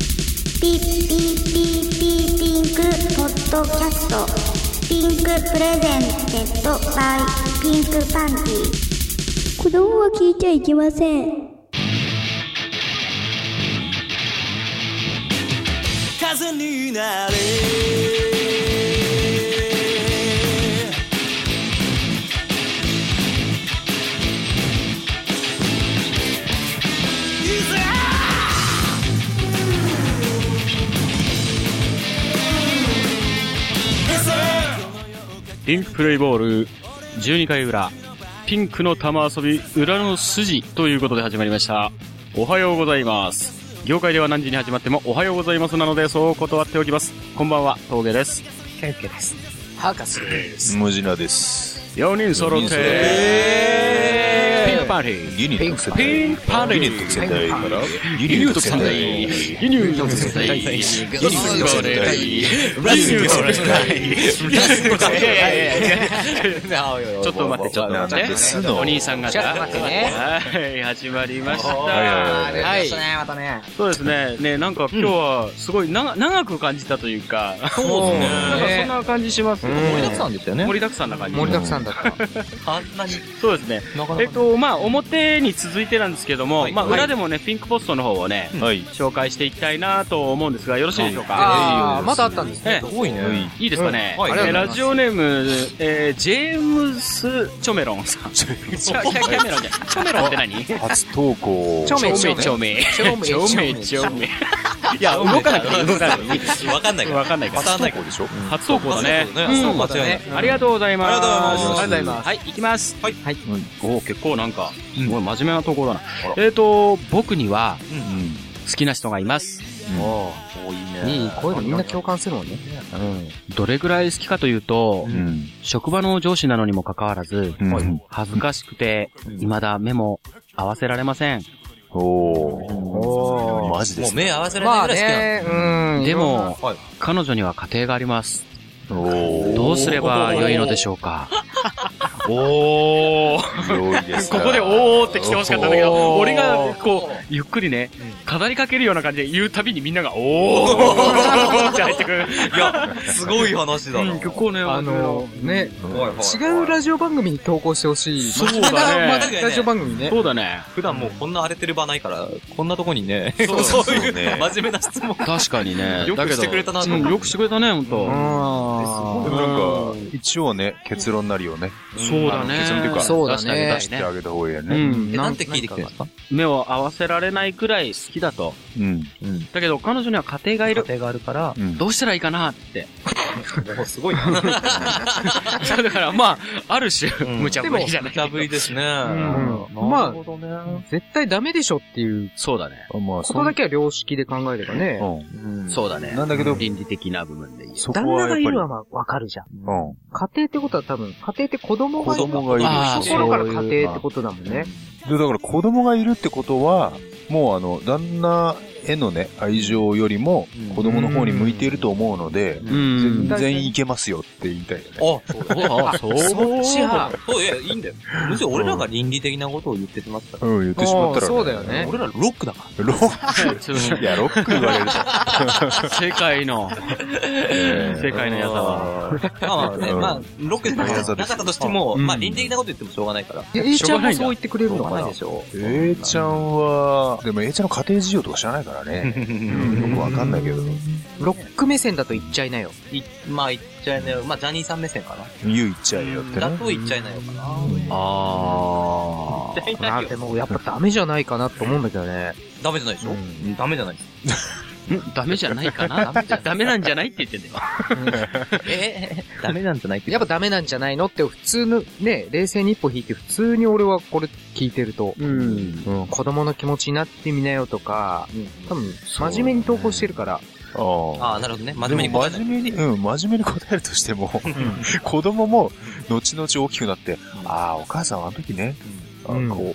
ピッピッピッピッピンクポッドキャストピンクプレゼンテッドバイピンクパンティ子供は聞いちゃいけません風になれいざリンクプレイボール12回裏、ピンクの玉遊び裏の筋ということで始まりました。おはようございます。業界では何時に始まってもおはようございますなのでそう断っておきます。こんばんは、峠です。ケンケです。博士ですムジナです。 4人揃っ四て、人揃ってピンクパーティー。ギニピンッククささんん。ピンクパーティギニー。ック世代から。ギユニュート世仙台。ユニ代。ュート仙台。ユニュート仙台。ユニュート仙台。ちょっと待って、ちょっと待っなんて。ですのお兄さんがちょっと待ってねはい、始まりました。はい出ましたね、またね。そうですね。ね、なんか今日はすごい長長く感じたというか、そうですね。なんかそんな感じしますよ盛りだねくさんでしたよね。盛りだくさんな感じ盛。りだくさんだった。そうですね。なかえなっか。と、まあ、表に続いてなんですけども、まあ、裏でもね、ピンクポストの方をね、はい。紹介していきたいなと思うんですが、よろしいでしょうか。ああ、まだあったんですね。え多いね。いいですかね。はいありがとうございラますジオネーム、えージェームス・チョメロンさん。チョメロンじゃないチョメロンって何初投稿。ちょめチョメチョメ。ちょめチョメチョメ。いや、動かなくていい動かなくていい。わかんないから。わかんないからパターンないか投稿でしょ初投稿だね。そうだねそう間違いない。ありがとうございます。ありがとうございまありすがとうございます。はい、行きます。はいはいおお、結構なんか、うんすごい真面目な投稿だなあ。えっと、僕にはうん。好きな人がいます。うんおいい、こういうのみんな共感するもんね。ーどれぐらい好きかというとう、ん。職場の上司なのにもかかわらず、うん。恥ずかしくて、未だ目も合わせられません。おー。おマジでもうすね。目合わせられまなあいぐらい好きなの。ね、うん。でもはい、彼女には家庭があります。おー。どうすれば良いのでしょうか。おー。良いですこかこで、おーって来てほしかったんだけど、おー俺が、こう、ゆっくりね、語りかけるような感じで言うたびにみんなが、お ーって入ってくる。いや、すごい話だうな。ん、結構ね、あの、ね、違うラジオ番組に投稿してほしい。そうまだだねま。ラジオ番組ね。そうだね。普段もうこんな荒れてる場ないから、こんなとこにね、そう そういそううね真面目な質問。確かにねよくしてくれたなだとけどう思っんて。よくしてくれたね、ほんうと。んでもなんか、一応ね、結論なりをね、そうだね。結論というかそうだね出知しっててあげた方がいいようね。ん。えなんて聞いてきてるんですか目を合わせられないくらい好きだと。うん。だけど、彼女には家庭がいる。手があるから、うん。どうしたらいいかなって。 もうす ごいな。だから、まあ、ある種、ん無茶ぶりじゃないけどダブりですね。うんまあ絶対ダメでしょっていうそうだね。あまあ、こそとんだけは良識で考えればね。うそうだね。なんだけど倫理的な部分で言う。そ旦こはや那がっぱいり、るはまあわかるじゃん。うん。家庭ってことは多分、家庭って子供がいる。子供がいるあー心から家庭ってことだもんね。で、だから子供がいるってことは、もうあの、旦那へのね、愛情よりも、子供の方に向いていると思うので、うん全然いけますよって言いたいよね。あ、そうだ。あ、そう。そっち派。そう、いや、いいんだよ。むしろ俺らが倫理的なことを言ってしまったかうん、言ってしまったら、そうだよ。ね。ら。俺らロックだかロッちょっとク、いや、ロック言われると。世界の、世界のやつは。ら。まあまあね、うんまあ、ロックでもなかったとしても、うんまあ倫理的なこと言ってもしょうがないから。え、A ちゃんもそう言ってくれるしょのうかがなないでしょ。 A ちゃんは、でも A ちゃんの家庭事情とか知らないからね。うんよくわかんないけど。ロック目線だと言っちゃいなよ。いまあ言っちゃいなよ。まあジャニーさん目線かな。言う言っちゃえよってだね。と言っちゃいなよかな。あ言っちゃいななんよて。もうやっぱダメじゃないかなと思うんだけどね。ダメじゃないでしょダメじゃない。ー。ダメじゃないかなダメなんじゃないって言ってんだよ。えダメなんじゃないってやっぱダメなんじゃないのって普通の、ね、冷静に一歩引いて普通に俺はこれ聞いてると、うん。うん、子供の気持ちになってみなよとか、多分真面目に投稿してるから、あああ、なるほどね。あ。真で面も目に答えな真い。面目に、うん、真面目に答えるとしても、子供も、後々大きくなって、ああ、お母さんはあの時ね、あうんこう、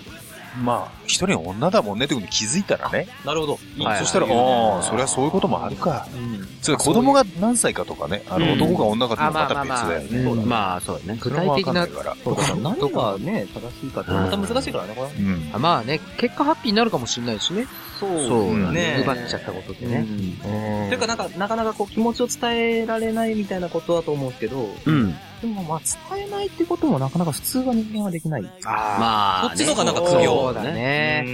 まあ、一人は女だもんねってことに気づいたらね。なるほど。いいはいそしたら、ういうああ、そりゃそういうこともあるか。うん。それ子供が何歳かとかね、あのうん男か女かっていうあ、のまはあままあまた別あだよね。そうだねまあ、そうだね。具体的なそれは分かんいから。ところ何がね、正しいかって、また難しいからね、これは。うん。あまあね、結果ハッピーになるかもしれないしね。そうだね。奪っちゃったことでね。ね。ん。うんというか、なんか、なかなかこう、気持ちを伝えられないみたいなことだと思うけど、うん。でもまあ、伝えないってこともなかなか普通は人間はできない。あまあ、そっちの方がなんか苦行そうだ。ね。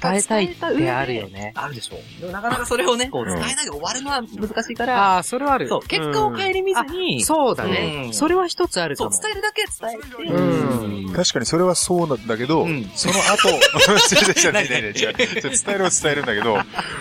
伝えたいってあるよね。あるでしょ。でもなかなかそれをね、こう、うん伝えないで終わるのは難しいから、ああ、それはある。そう、結果を顧みずに、そう、そうだねう。んそれは一つあるかも。伝えるだけ伝えて、うん。確かにそれはそうなんだけど、うんその後、違う違う違う違う違うそれ伝えるは伝えるんだけど、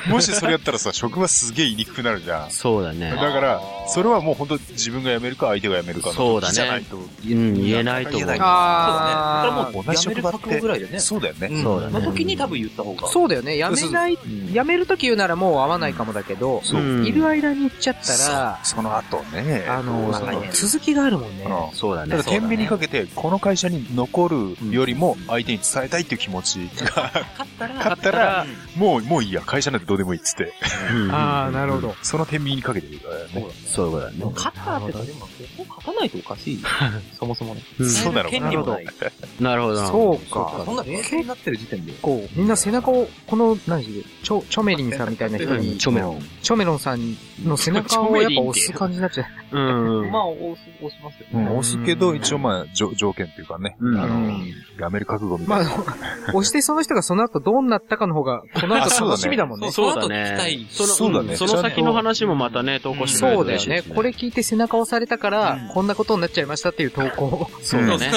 もしそれやったらさ、職場すげえ言いにくくなるじゃん。そうだね。だから、それはもう本当自分が辞めるか相手が辞めるかのそうだねじゃないと。うん、言えないと思う。あああ、そ、うだね。だあからも同う、じやめ職る場って覚悟ぐらいだよね。そうだよね。そうだねの時に多分言った方が。そうだよね。やめない、うんやめるとき言うならもう会わないかもだけど、そううんいる間に行っちゃったら、その後ね。あの、そうなんだよ続きがあるもんね。うんそうだたねだ、。天秤にかけて、この会社に残るよりも、相手に伝えたいっていう気持ちが、勝ったら、勝ったら、もう、もういいや、会社なんてどうでもいいっつって、うんああ、なるほど。その天秤にかけてるからね。そういうことだね。勝ったってさ、でも、ここ勝たないとおかしい。そもそもね。うんそうなのか権な利もない。なるほど。そうあか。そんな冷静になってる時点で。こう、みんな背中を、この、何しちょ、ちょめりんさんみたいな人に、チョメロン。チョメロンさんの背中をやっぱ押す感じになっちゃう。うん。まあ、押す、押しますよ。うん、押すけど、一応まあ、じょ条件っていうかね、うんあの、やめる覚悟みまたいあな。、 押してその人がその後どうなったかの方が、このあそ後うだね楽しみだもんね。そうだその後聞きたねい。そのそうだねんその先の話もまたね、投稿してくれそるうとだ嬉しよいでねす。これ聞いて背中押されたから、こんなことになっちゃいましたっていう投稿。そうだね。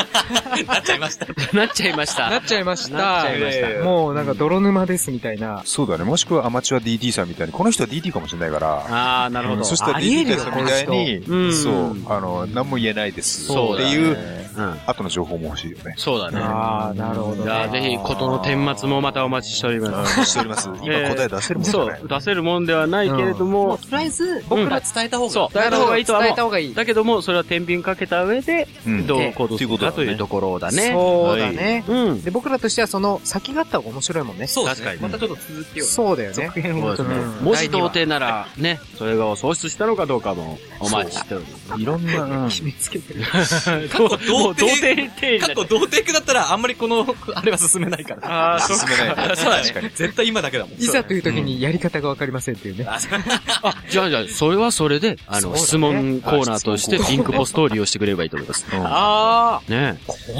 なっちゃいました。 なっちゃいました。なっちゃいましなっちたゃ。いました。もうなんか泥沼ですみたいな。そうだね。もしくはアマチュア DT さんみたいに、この人は DT かもしれないから、ああ、なるほうど。んそしたらありえる DT よさんみたいこのに、人そううん、あの、何も言えないです。そうだってねいう、うん。後の情報も欲しいよね。そうだね。ああ、なるほどじゃあ、ぜひ、ことの顛末もまたお待ちしております。しております。今答え出せるもんじゃそ、ないう出せるもんではないけれどももう、、とりあえず、僕ら伝えた方が。そう、伝えた方ほどがいいとは思伝えうた。方がいい。だけども、それは天秤かけた上で、うんどう行動するかというところだね。そうだね。うん。で、僕らとしてはその先があった方が面白いもんね。そうですね確かにまたちょっと続きを。そうだよね。続編をちょっと。うんもし童貞なら、ね、それが喪失したのかどうかも、お待ちしております。いろんな、 うん決めつけてる。もうもう童貞定義過だ去童貞くだったら、あんまりこ の、あれは進めないから。ああ、そう進めないね。そうだね確かに。絶対今だけだもん。いざという時にやり方がわかりませんっていうね。あ、じゃあじゃあ、それはそれで、あの、質そうだ問コーナーとしてはいピンクポストを利用してくれればいいと思います。うんあね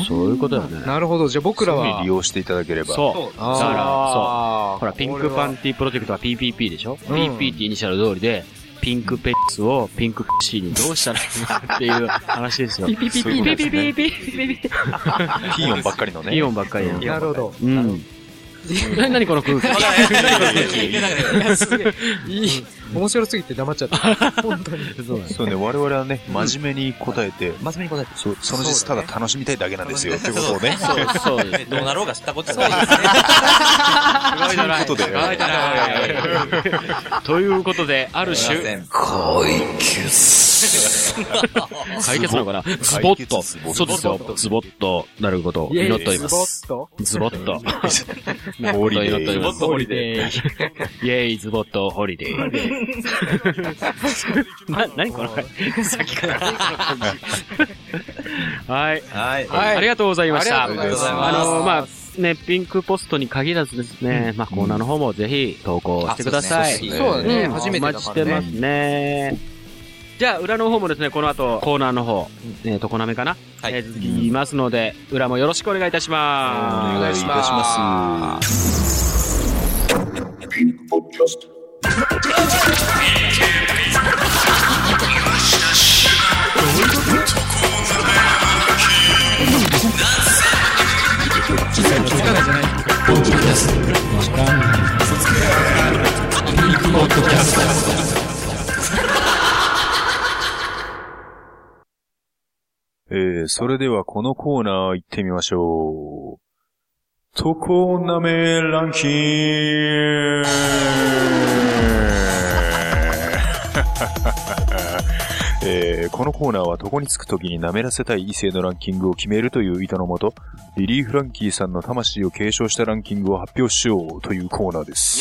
そういうことだよね。なるほど。じゃあ僕らそういうふうに利は。用していただければ。そう。だから、そう。ああほら、ピンクパンティプロジェクトは PPP でしょ、ん ?PP ってイニシャル通りで、ピンクペックスをピンクペッシーにどうしたらいいかっていう話ですよ。ピピピそういうことですねピピピピーヨンばっかりのね。ピヨンばっかりやん。なるほど。うん。な、なにこの空気 いい。面白すぎて黙っちゃ った。本当に。そうだねそうね、我々はね、真面目に答えて、真面目に答えて。そその実ただ楽しみたいだけなんですよ、ってことをね。そうそうです。どうなろうが知ったことないですね。ということでということで、ある種、解決なのかなズボッと。ズボッとそうですよ。ズボッとなることを祈っております。ズボッとズボッと。ホリ祈っデておりーま。す。ホリデー。イェイ、ズボッとホリデー。 な、何このさっきから。はい。はい。はいありがとうございました。ありがとうございあますの、まあ、ね、ピンクポストに限らずですね、まあ、コーナーの方もぜひ投稿してください。あそうですそうだね。うん初めておだ待ちしかてらまね。すね。じゃあ、裏の方もですね、この後、コーナーの方、えー、とこなめかな、はいえー続きますので、裏もよろしくお願いいたします。お願いいたします。えー、それではこのコーナー行ってみましょう。とこなめランキング えー、このコーナーは床につく時に舐めらせたい異性のランキングを決めるという意図のもと、リリー・フランキーさんの魂を継承したランキングを発表しようというコーナーです。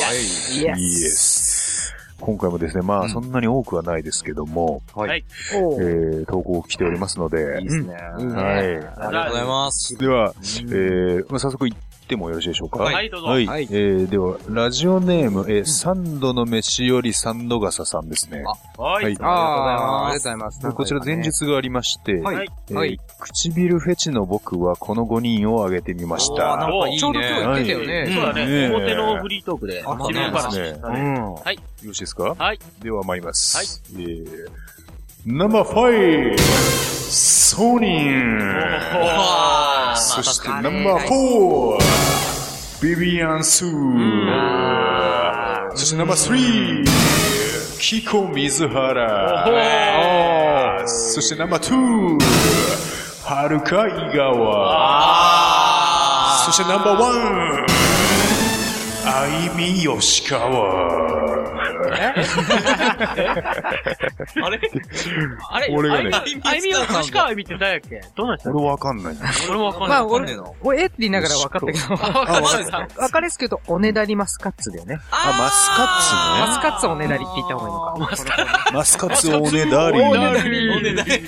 イエイエス今回もですね、まあ、そんなに多くはないですけども、おーえー、投稿来ておりますので、いいですね。はい。ありがとうございます。では、えー、まあ早速行ってもよろしいでしょうか。はい、どうぞ。はい。はいえー、では、ラジオネーム、えー、三度の飯より三度笠さんですね。はい。はあーありい。がとうございます。こちら前述がありまして、はいえーはい唇フェチの僕はこの5人を挙げてみましあーた。なんかちょうど今日言ってたよね。そうだね。うん表のフリートークで。あ自分そうなん話。ですね。うんはい。よろしいですかはい。では参ります。はい。えー、ナンバーファイソニーそしてナンバーフォービビアン・スーそしてナンバースリーキコ・ミズハラそしてナンバーツーはるか・伊川そしてナンバーワンあいみ吉川あれあれ俺がねあいみあいみは、確かあいみって誰だっけどんな人俺わかんない。俺もわかんない。まあ、俺、俺、えって言いながら分かったけど、わかんないさ。わかりやすく言うと、おねだりマスカッツだよね。あ、マスマカスカッツはおねだりって言った方がいいのか。マスカッツ。ッツね。マスカッツオーネダーリー。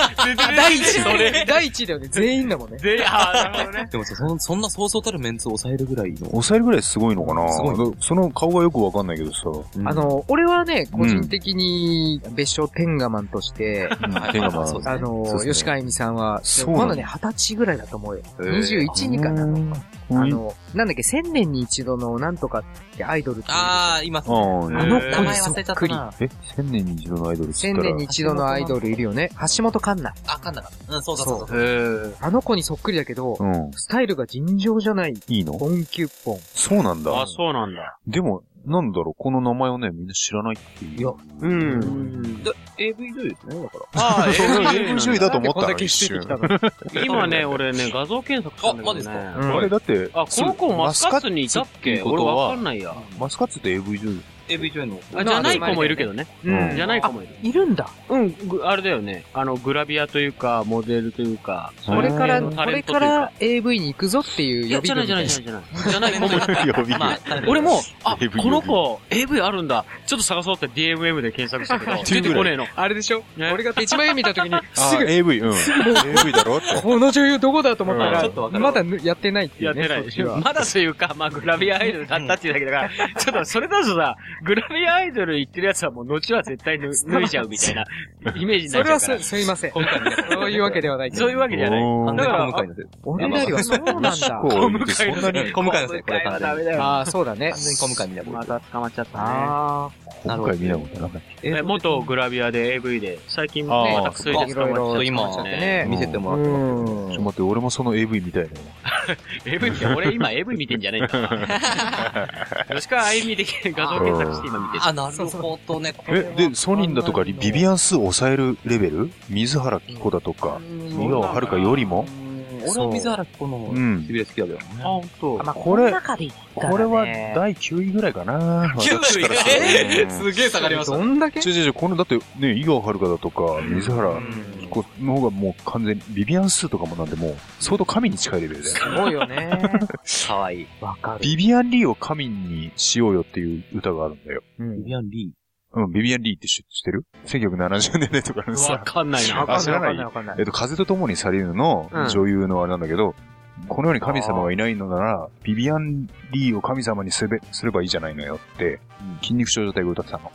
第一それ第一だよね。全員だもんね。全員、あー、なるほどね。でもさ、そんそんなそうそうたるメンツを抑えるぐらいの。抑えるぐらいすごいのかなすごその顔がよくわかんないけどさ。あの、俺はね、個人的に、別称テンガマンとして、手がまあそうですねあのそうです、ね吉川恵美さんは、そうなのまだね、二十歳ぐらいだと思うよ。え21、2かな。うんあの、なんだっけ、千年に一度のなんとかってアイドルっていうあー、今、あああねの名子に前そ忘れちゃったっくり。な。え、千年に一度のアイドルっつ千ったら年に、一度のアイドルいるよね。橋本環奈。あ、かんなかった。うん、そうだそうだ。あの子にそっくりだけど、うん。スタイルが尋常じゃない。いいの音球っぽん。そうなんだ。あ、そうなんだ。でも、なんだろう、この名前をね、みんな知らないっていう。いや、うん。 AV 女優ですね、だから。あー、 AV 女優だと 思ったの、一瞬。今ね、俺ね、画像検索したんだけどね。あマうジですんあれ、だって、あ、この子マスカッツにいたっけマスカッツっていうこ俺とはわかんないや。マスカッツって AV 女優。 AV 女優の。あ、じゃない子もいるけどね。うんじゃない子もいる。いるんだ。うん、ぐあれだよね。あの、グラビアというか、モデルというか、これから、うんこれから AV に行くぞっていういや、予じゃ備な軍いみじゃたないいな。じゃないじゃない。じゃない子もいる。呼びまあ、タレント俺も、あ、 AV この子、AV あるんだ。ちょっと探そうって DMM で検索したけど、出てこねえの。あれでしょね俺が手一枚見た時 に、あすぐ、 AV、うん。AV だろって。この女優どこだと思った、うんちょっとわからるまだぬやってないっていやうっね。てないそっちはまだというか、まあ、グラビアアイドルだったっていうだけだから、ちょっとそれだとさ、グラビアアイドル行ってるやつはもう後は絶対脱脱いじゃうみたいな、イメージになそっちゃうれはからす、。すいません。そういうわけではないけど。そういうわけじゃない。お完ー全だから小向かいのせい。おねだりはそうなんだ。こう、そんなに、小向かいのせい、これ完ダ全メに。だよ。ああ、そうだね完。全に小向かいになる。また捕まっちゃったね。あ今回見たことなかっえ元グラビアで AV で、最近あーまた薬あ、でい捕ろいまっろ。今ちゃってた。ね。見せてもらってううんちょっとん。待って、俺もその AV 見たいね。た。AV 見て、俺今 AV 見てんじゃねえんだ。吉川あゆみ的画像検索して今見てる。あ、なるほどね。え、で、ソニンだとかビビアンスを抑えるレベル水原希子だとか、三川遥かよりも俺は水原希子のうん。しびれ好きだけど。あ、ほんと。まあ、ここれの中で言ったらねこれは第9位ぐらいかな。私からすると。げえ下がりまどんだけちょちょちょ、この、だってね、井川遥だとか、水原希子の方がもう完全に、ビビアンスとかもなんでもう、相当神に近いレベルだよ。すごいよね。 かわいい。わかる。ビビアン・リーを神にしようよっていう歌があるんだよ。ビビアン・リうん、ビビアン・リーって知ってる ?1970 年代とかのわさ、かんないな。あ知らないわかんないわかんえなっい。と、風と共に去りぬの女優のあれなんだけど、この世に神様はいないのなら、ビビアン・リーを神様にすべ、すればいいじゃないのよって、筋肉症状態が歌ってたの。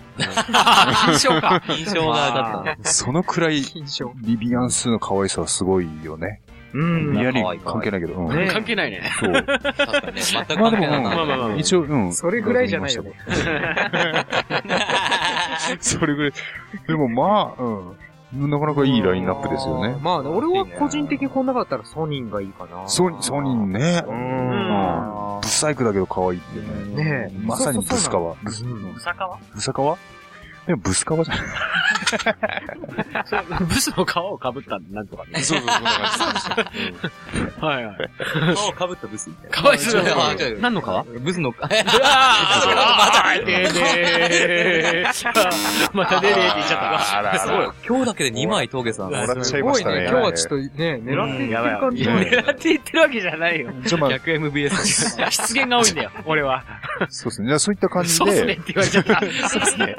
印象か。ー。印象がだってそのくらい、金賞。ビビアンスの可愛さはすごいよね。うん。ビアリ可愛い可愛い関係ないけど。うんね関係ないね。そう。た。確かにね。全くまあ関係でなも、まあかっまあまうあん、一応、うん。それぐらいじゃないよね。それぐらい。でもまあ、うん。なかなかいいラインナップですよあーね。まあね、俺は個人的にこんなだったらソニンがいいかな。ソニー、ソニーね。ううん。んブ。サイクだけど可愛いっていうね。ねえまさにブスカワ。ブスうんブサカワブサカワでもブスカワじゃない。それブスの皮をかぶったんで、なんとかね。そうそう、そんな感じ。うんはいはい。顔をかぶったブスみたいな。かわいそうだあな違う違う何の皮 あブスの、ああー、ででーまたででーって言っちあゃっらあらすごい。今日だけで2枚峠さん。もらっちゃいすまごしいたね。ね。今日はちょっとね、狙っていってる感じた。だうんね。狙って言ってるわけじゃないよ。じゃあまあ、逆 MVS。失言が多いんだよ、俺は。そうですね。じゃあそういった感じそうっすねってで、言われちゃった。 そうですね。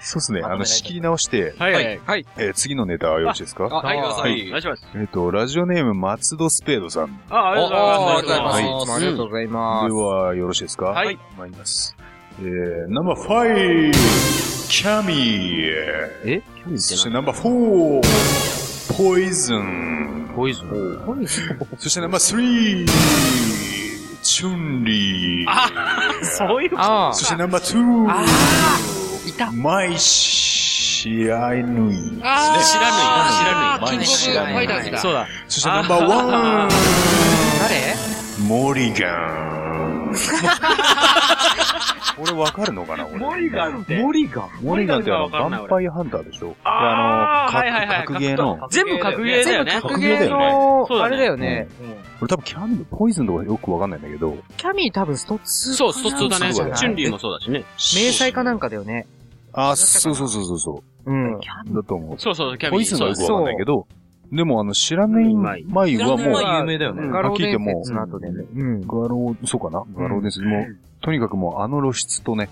そうですね。あの、仕切り直して、はいはい。はい。えー次のネタよろしいですかはい、あはい。お願いします。えっと、ラジオネーム松戸スペードさん。ああ、ありがとうございます。ありがとうございまはいす。ありがとうございま。ですは、よろしいですかはい。参ります。えー、ナンバーファイブ、キャミー。えそしてナンバーフォー、ポイズン。ポイズン。そしてナンバースリー、チュンリー。そういうことあそしてナンバーツー、いた。マイシアイヌ知イ。あらぬい。知らぬい。キングオブ知らないファイターズだ。そうだ。そしてナンバーワン、誰モリガン。俺わかるのかな俺。モリガンって。モリガンモリガンってあモの、リガンがわかんないヴァンパイアハンターでしょあーであのはいはいはい格格ゲーの。全部格ゲーだよね。格ゲーの、そうだねあれだよね。俺多分キャンド、ポイズンとかよくわかんないんだけど、キャミー多分ストツそう、ストツーだね。そうだねチュンリーもそうだしね。迷彩かなんかだよね。あー、そうそうそうそうそうん。う。だと思う。そうそう、キャミポー。イズンがそうだよねくわかんないけど、でもあの、知らない眉はもう、有名だよね。ガロー聞い伝ても説の後でね。うん。画廊、そうかな画廊です。もう、とにかくもうあの露出とね、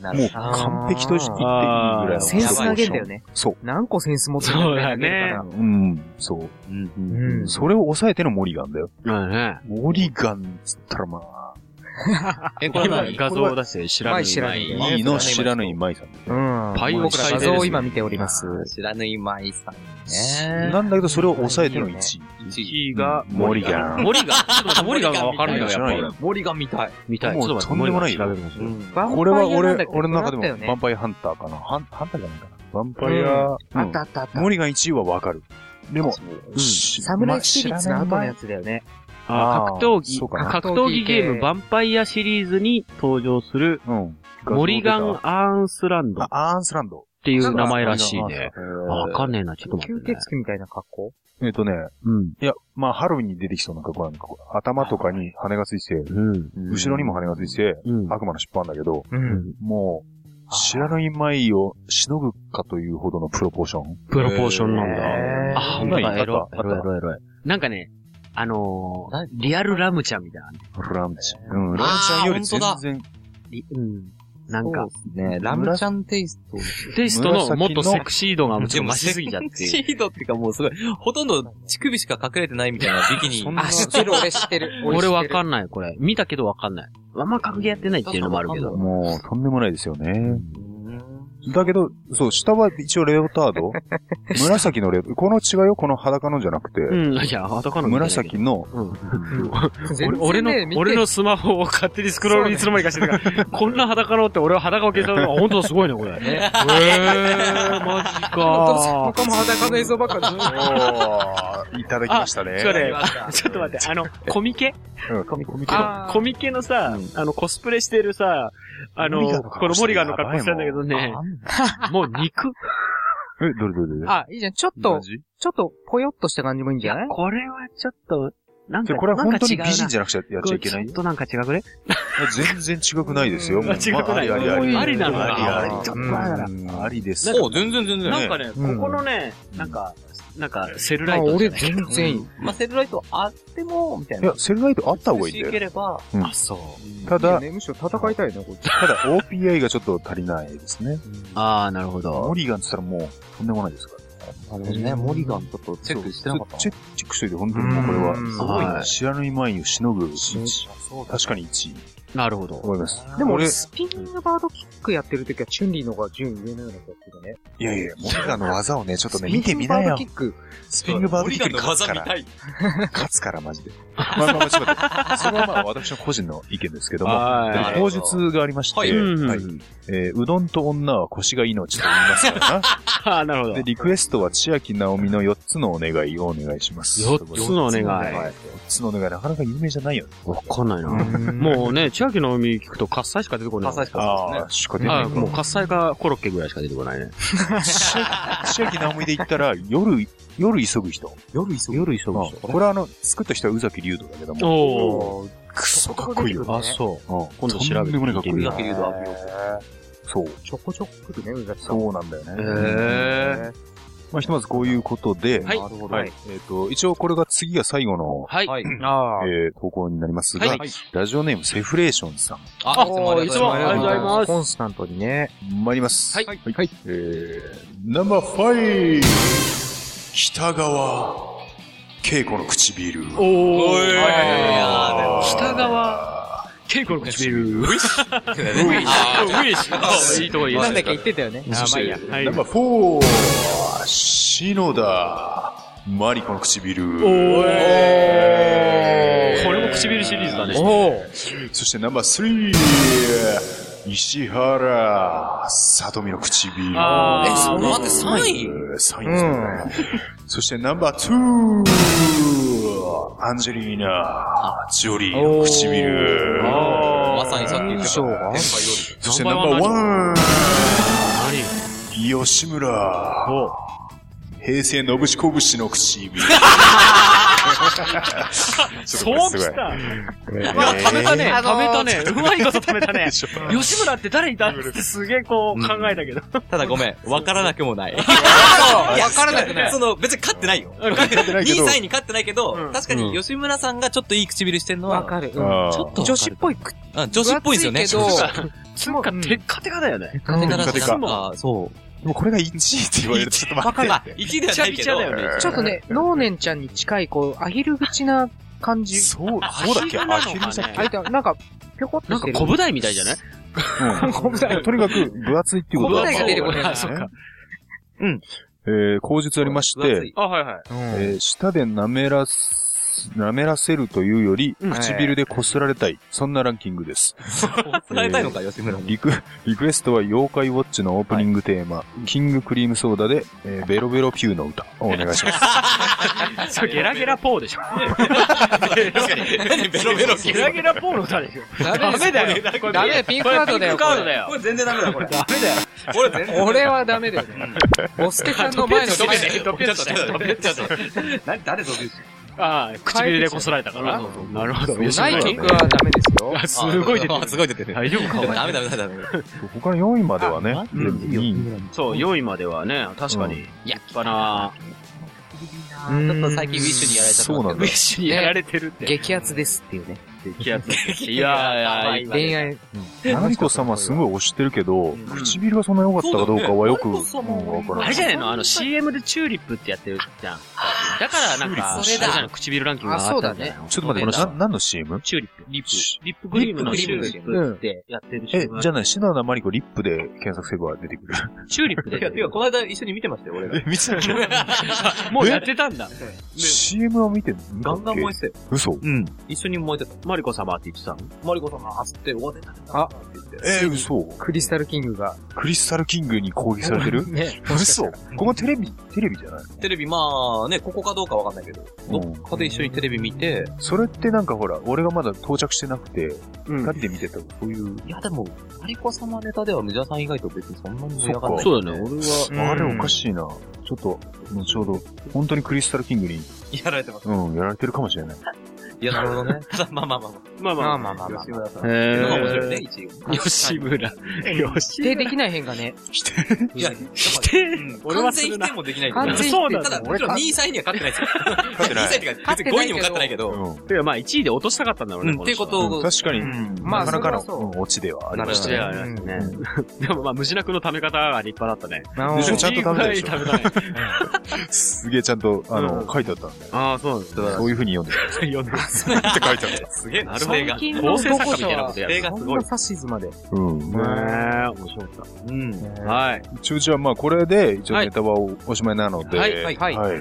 なもうる完璧と言っていいぐらいの。センス投げんだよね。そう。何個センス持ってるそうだね。うん、そう。うん。それを抑えてのモリガンだよ。そうだね。モリガンっつったらまえ、これは今、画像を出して、知らぬい。知らぬいあ、いいの知らぬい舞さん。うん。パイオ僕カらイ画ですね像を今見ております。知らぬいマイさんね。なんだけど、それを抑えての1位。 1位が、モリガン。モリガン。ちょっと待って、モリガンがわかんないよ、知やらないっぱより。モリガンみたい。見たい。もうちょっと待ってとんでもないよモリガン調べますこれは俺、俺の中でも、ヴヴァァンンパイアハンターかな。ハンハンターじゃないかな。ヴァンパパイイアなんだっけア、うんあったあったあっモた。リガン1位はわかる。でも、しサムライスピリッツの後のやつだよね。あー格闘技そう、かな格闘技ゲーム、ヴァンパイアシリーズに登場する、うん。モリガン・アーンスランドっあ、アーンスランド。ていう名前らしいね。。あわかんねえな、ちょっと待吸って、ね。血鬼みたいな格好えっとね、うん。いや、まあ、ハロウィンに出てきそうな格好なんか、こう頭とかに羽がついて、うん。後ろにも羽がついて、うん。悪魔の尻尾なんだけど、うん。もう、知らぬい舞をしのぐかというほどのプロポーション。プロポーションなんだ。へーあ、ほんとだ、ないエロあっ、たエロ、エロ、エロい。なんかね、あのー、リアルラムちゃんみたいな。ラムちゃん。うん、ラムちゃんより全然、リうん。なんか、ねラムちゃんテイスト。テイストのもっ紫とのセクシー度がもちでろんも増しすぎちゃって。シードっていうかもうすごい、ほとんど乳首しか隠れてないみたいなビキニ。そんなあ、知ってる、俺知ってる。 俺わかんんない、これ。見たけどわかんない。あんま格ゲーやってないっていうのもあるけど。もう、とんでもないですよね。だけど、そう、下は一応レオター ド紫のレオ、この違いよ、この裸のじゃなくて、うん、いや、裸の見てないけど。紫の、うん。全然俺ねの、俺、のスマホを勝手にスクロールいつの間にかしてるから、こんな裸のって俺は裸を消したのが本当だす ごいね、これ。えー、マジか。他も裸の映像ばっかおり。ーいただきましたね。それ、 ちょっと待って、あの、コミケうんコミケあーコミケのさ、あの、コスプレしてるさ、あモリガの、ンの格好このモリガンの格好してたんだけどしてねやば、もう肉え、どれどれどれあ、いいじゃん。ちょっと、ちょっと、ぽよっとした感じもいいんじゃないこれはちょっと、なんじか、ゃあこれは本当になんか美違う人なじゃなくちゃやっちゃいけないちょっとなんか違くね全然違くないですよ。うんもう違くないまあありありあり。ありなのかなありありちょっとありだなうんありです。そう、全然全然。なんかね、こうんこのね、なんか、なんか、セルラあ、イトじ俺ゃない。全然いい。まあ、セルライトあっても、みたいいな。や、セルライトあった方がいいんしだけよ。れば、あ、そう。ただ、むしろ戦いたいね、こっち。ただ OPI がちょっと足りないですね。ああ、なるほどモ。リガンって言ったらもう、とんでもないですから。あのね、モリガンちょっとチェックしてなかったチェック、チェックしといて、本当にもうこれは、うんすごいはね。い知らぬい前をしのぐ1そう確かに1位。なるほど。思います。でも俺俺、スピニングバードキックやってる時は、チュンリーの方が順位上のような気がするね。いやいや、モリガンの技をね、ちょっとね、スピ見ニてングみバなードよキ。ック。スピングバードキックで勝つから。勝つから、マジで。 まあまあまあ、ちょっと待って。それはまあ、私の個人の意見ですけども。はで口述がありまして、はいうんはいえーうどんと女は腰が命と言いますからああ、なるほどな。で、。リクエストは千秋直美の4つのお願いをお願いします。四つのお願い4つのお願い、なかなか有名じゃないよね。わかんないな。もうね、千秋の海聞くと、喝采しか出てこない。火災しかああ、しか出ないあかもう、喝采かコロッケぐらいしか出てこないね。ね。千秋千秋直美で言ったら、夜、夜急ぐ人。夜急ぐ夜急ぐ人。これはあの、作った人は宇崎竜斗だけども。おー。くそかっこいいよ。あ、そう。うん今度調べてとんでもないかっこいい。宇崎竜斗アピールそう。ちょこちょこ来るね、宇崎さん。そうなんだよね。へまあ、ひとまずこういうことで、はいなるほどはいえっと、一応これが次が最後の、はい。はい。あえー投稿になりますが、はいラジオネームセフレーションさん。あ、いつもありがとうごあざいりますがとうございますコンスタントにね。参ります。はいはい。えー、ナンバー5、北川恵子の唇。おー。おーあー北川稽古の唇。ウィッシュ。あウィッシュ。いいとこ言いまなんし。だったけ言ってたよね。そして、はいナンバー4、篠田マリコのこ唇。れも唇シリーズだね。そしてナンバー3、石原さとみの唇。あーえその待って三え位ー三位ですからね。そしてナンバー2、アンジェリーナ・ジョリーの唇。まさにさっき言ってた。そうか先輩よそしてナンバーワン、吉村、お平成のぶしこぶしの 唇。そうきた。あ、食べたね。食べたね。うまいこと食べたね。吉村って誰いたってすげえこう考えたけど。りただごめん、わからなくもない。わからなくない。その、別に勝ってないよ。てない2けど位3位に勝ってないけど、確かに吉村さんがちょっといい唇してんのわは、かる。うんあーちょっと女子っぽいく、うん女子っぽいですよね。分厚いけどつうか、テッカテカだよね。うんだからテカテカなんかそう。でもこれが1位って言われるとちょっと待まっあ、1位ではないびちゃけど、びちゃだよて。ちょっとね、ノーネンちゃんに近い、こう、アヒル口な感じ。そう、そうだっけアヒルじゃあいた、なんか、ぴょこっとなんしかてる。小舞台みたいじゃないうんとにかく、分厚いっていうこと小舞台が出てこないあそうか。うん。えー、口述ありまし分厚てい、あ、はいはい。えー舌で舐めらす、舐めらせるというより、ん唇で擦られたい。そんなランキングです。つられたいのか、吉村に。リク、リクエストは妖怪ウォッチのオープニングテーマ、キングクリームソーダで、えーベロベロピューの歌。お願いします。そう、ゲラゲラポーでしょ。確かに。ベロベロゲラゲラポーの歌でしょ。ダメだよ。これダメだよ、ピンクカードだよ。ピンクカードだよこれ全然ダメだ、これ。ダメだよ。これ俺はダメだよね。ボスケさんの前のド前ペでッドペッしたよ。ドペッしたよ。何、誰ぞですああ、唇でこすられたから。なるほど。ないピンクはダメですよ。あすごい出てあする。ごい出てる。大丈夫かお前ダメダメダメダメ。他の4位まではね、いいそう、4位まではね、確かに。やっぱなちょっと最近ウィッシュにやられちゃった。そうなんだッシュにやられてるって。激アツですっていうね。激アツ。いやいや、恋愛。マリコ様すごい推してるけど、唇がそんな良かったかどうかはよく、うんわからあなれいじ。ゃないのあの CM でチューリップってやってるじゃん。だからなんか、それだあじゃない唇ランキングが上がったんじゃないのちょっと待って、な、何の CM? チューリップ。リッシプ。リップクリームのリチッュープリップってやってるえ、じなゃない、篠田マリコリップで検索すれば出てくる。チューリップいや、てで。か、この間一緒に見てましたよ、俺ら。見て もうやってたんだ。 CM を見てんのガンガン燃えてたよ。嘘うん。一緒に燃えてた。マリコ様って言ってたのマリコさんが走って、終わってた。あって言って。えー、嘘クリスタルキングが。クリスタルキングに攻撃さ れてるね。嘘ここテレビ、テレビじゃないテレビ、まあね、ここかどうかわかんないけど、どっかで一緒にテレビ見て、それってなんかほら、俺がまだ到着してなくて、う二人。で見てた、そういう。いやでも、マリコ様ネタでは無ジャさん以外と別にそんなに盛り上がんない。そうだね。俺は、あれおかしいな。ちょっと、後ほど、本当にクリスタルキングに、やられてます。うん、やられてるかもしれない。いや、なるほどね。ただ、まあまあまあままあままああまあまああ。ま吉村さん。へーのが面白いね、一応。吉村。否定できない変化ね。いや、否定俺は完す全る否な定もできないけど。完全否定そうなん ただ、だ。もちろん2位、3位には勝って ないですよ。勝ってない2位、3位ってか、別に5位にも勝ってないけど。うん。てかまあ1位で落としたかったんだろうね。うんっていうこの人はとうんを、確かに、まあなかなかのそれはそううんオチではありましたでね。はありましたね。でもまあ、ムジナ君の食べ方が立派だったね。あでしょーちゃんと食べたでしょいいぐらい食べたねすげえちゃんと、あの、書いてあったんだよ。ああ、そうなんですそういう風に読んでそれ読んでます。た。って書いてあっすげえな、最映画。近構の成ど作家こみたいなことはやる。映画そすんごいな。ファシズまで。た。うん。ねえ、面白かっうん。た。はい。一応じゃあまあこれで一応はいネタはおおしまいなので、はいはいはい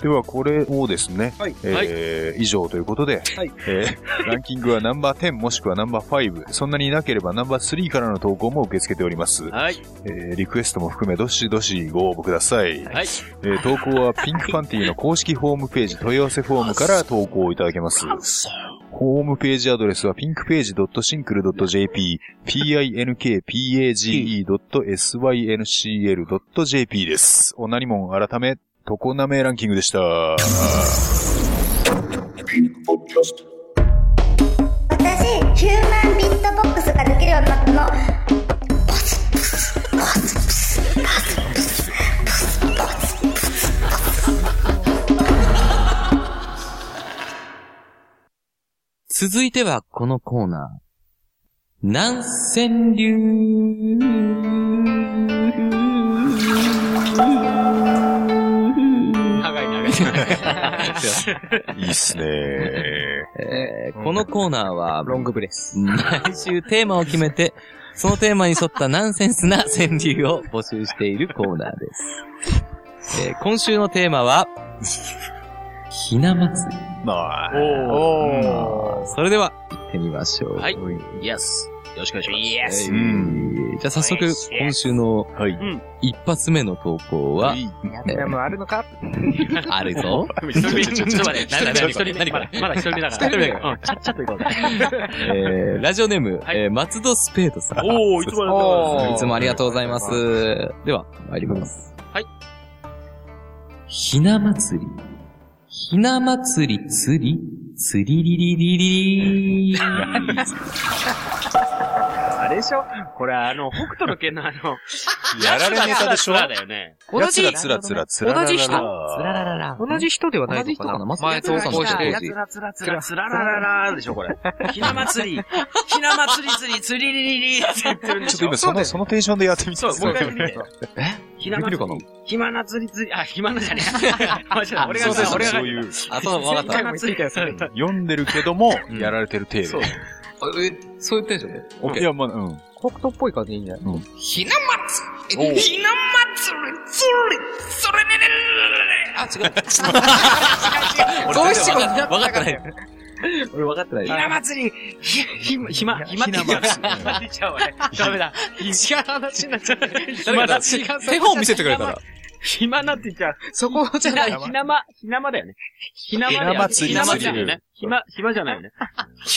ではこれをですね、はいえー以上ということで、はいえー ランキングはナンバー10もしくはナンバー5、そんなになければナンバー3からの投稿も受け付けております。はい。えーリクエストも含めどしどしご応募ください。はい。えー投稿はピンクパンティの公式ホームページ問い合わせフォームから投稿いただけます。ホームページアドレスは pinkpage.syncl.jp、pinkpage.syncl.jp です。おなにもん改め、トコナメランキングでした。私ヒューマンビットボックスができるようになったの続いてはこのコーナー。南千長い長流。い。いいっすねえーこのコーナーは、ロングブレス。毎週テーマを決め て、そのテーマに沿ったナンセンスな川柳を募集しているコーナーです。えー今週のテーマ は、ひな祭り。まあ、それでは、行ってみましょう。はいえイエス。よろしくお願いします。ーうんじゃあ早速、今週のはい。一発目の投稿は、ミラムあるのか ある ぞ。一人目、ちょっと待って、何ちょ何っと待っ一て人目、何まこれだまだ一人目だから。一人目だうん、ちゃっちゃと行こうぜ。えーラジオネーム、はいえー松戸スペードさん。おー、いつもおいつもありがとうございます。では、参ります。はい。ひな祭り。ひな祭り、釣り、釣りりりりり りあれでしょこれ、あの、北斗の剣のあの、やられネタでしょだよね。やつらつらつらつらららら。同じ人同じ人ではないのかな同じ人かな前投稿してやつらつらつらつららららでしょ、これ。ひな祭り、ひな祭り釣り、釣りりりりって言ってるんでちょっしとょ今その、そのテンションでやってみてそう、もう一回見て。ひなできるか祭なり、ひまな釣り釣り、あ、ひまなじゃねえ。間違えた俺がそうそうそう俺がそういう、あ、そう、わかった。ひな祭り読んでるけども、やられてる程そう度。え、そういうテンションでいや、まあ、うん。北斗っぽい感じでいいんじゃないひな祭り、ひな祭り、釣り、それねねねねねあ、違う。どうしてもわかってない。俺分かってない。ひな祭り、ひ、ひま、ひま、ひまって言っちゃう。ひまって言っちゃう、俺。ダメだ。違う話になっちゃった。ひまだ、違う。手本見せてくれたら。ひまなって言っちゃう。そこじゃひな、ひなま、ひなまだよね。ひなまだよね。ひな祭りひなまじゃないよね。ひま、ひまじゃないよね。い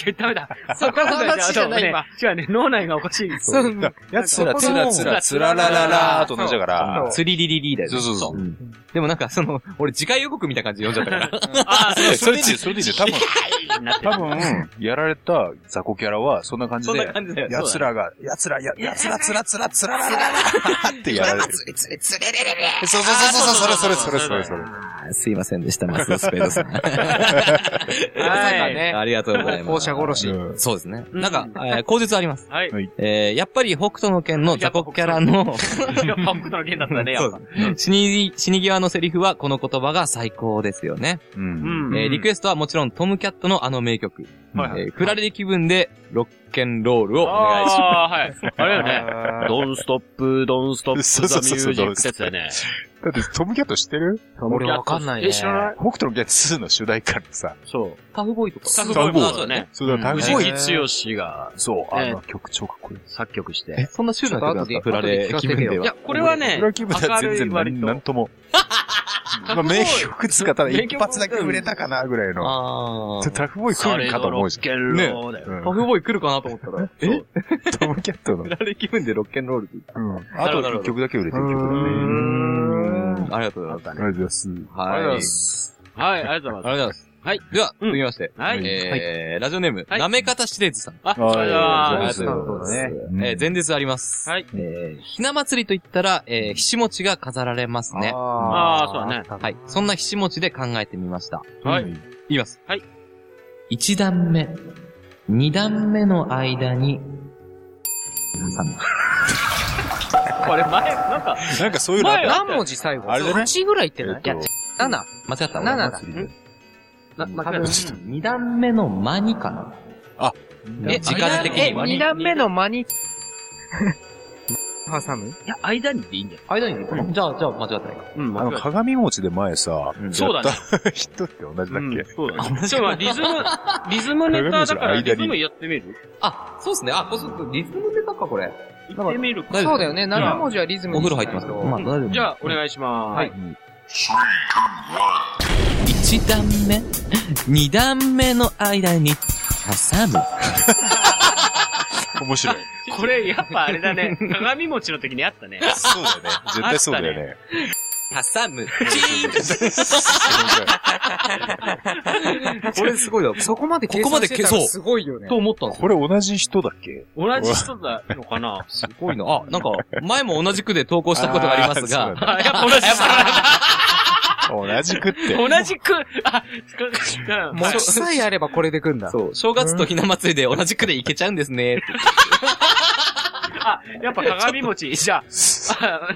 やダメだ。そこの話じゃないね。違うね、脳内がおかしい。そう。やつらつらつらつららららと同じだから。 釣りりりりだよそうね。そうそう。でもなんかその、俺次回予告みたいな感じで読んじゃったから。ああ、そうそれでいいよ、それでいいよ。多分、なってる多分、やられた雑魚キャラは、そんな感じそんなで、感じだよ。奴らが、奴ら、や、奴ら、つらつら、つららららってやられてる。そうそうそうそう、それそれそれそれそれ。あすいませんでした、マスオスペードさん。はいありがとうございま放す射。殺し。そうですね。うんなんか、えー口実あります。はい。えー、やっぱり北斗の剣の雑魚キャラの、パンクの剣だったね、やっぱ。死に、死に際のセリフはこの言葉が最高ですよね。う。うんん。えーリクエストはもちろんトムキャットのあの名曲。はいえー、振られる気分でロッケンロールをお願いしまああ、はい。あれだよね。ドンストップ、ドンストップ、そうザそミうそうュージックってやつだよね。だって、トムキャット知ってる俺わかんないね。え、知らない北斗のキャット2の主題歌のさ、そう。す。タフボーイとかスタッフボーイもそうだよね。そうだ、タ藤グ木剛がそう、あの曲超かっこいい。作曲して。そんなシュールな曲なんですか振ちょっと後でられ気分でいはや。、これはね、フ明ラキブはる全い然割何となん。とも。まあ、名曲使ったら一発だけ売れたかな、ぐらいの。あータフボーイ来るかと思うし。ケンローだよ。タフボーイ来るかなと思ったら、えトムキャットの。振られる気分でロッケンロールってうん。あと1曲だけ売れてる曲だね。ありがとうありがとうごございます。ざいます。ははい、あい。ありがとうございます。りがとうございまはい。では、うん続きまして。はいえー、ラジオネーム、はいなめかたしれずさん。す。あ、ありがとうございまはす。い。ね。えー、前日あります。はい。えー、ひな祭りと言ったら、えー、ひしもちが飾られますね。ああ、そうだね。はい。そんなひしもちで考えてみました。はいいきます。はい。一段目、二段目の間に、挟む。これ前、なんか、なんかそういうのあったよ何文字最後あれだね ?8 ぐらいってないいえやっと、 7。間違った。七だ。な、多分な、二段目の間にかな。え時間的にえ、2段目の間に、挟むいや、間にでいいんだよ。間にいるうんじゃあ、じゃあ、間違ってないか。うん、あの、鏡餅で前さ、うんそうだね。人って同じだっうんけそうだね。ちょ、まあリズム、 リズムネタだから、リズムやってみるあ、そうですね。あ、こそ、リズムでたか、これ。やってみるか。大丈夫そうだよね。7文字はリズムおに風呂入ってますかまあ、大丈夫。じゃあ、お願いしまーす。一段目、二段目の間に、挟む。面白い。これ、やっぱあれだ ね。鏡餅の時にあったね。そうだよね。絶対そうだよね。挟む。これすごいよ。そこまで計ここま算でしてたそうらすごいよねと。思ったんですよこれ同じ人だっけ同じ人なのかなすごいな。あ、なんか、前も同じ句で投稿したことがありますあーそうが、だ あ、ねやっぱ同じ人なんだ同じくって。 同じく、あ、うんもうさえあればこれでくんだ。そう、正月とひな祭りで同じ句でいけちゃうんですね って。あ、やっぱ鏡餅。 じゃあ、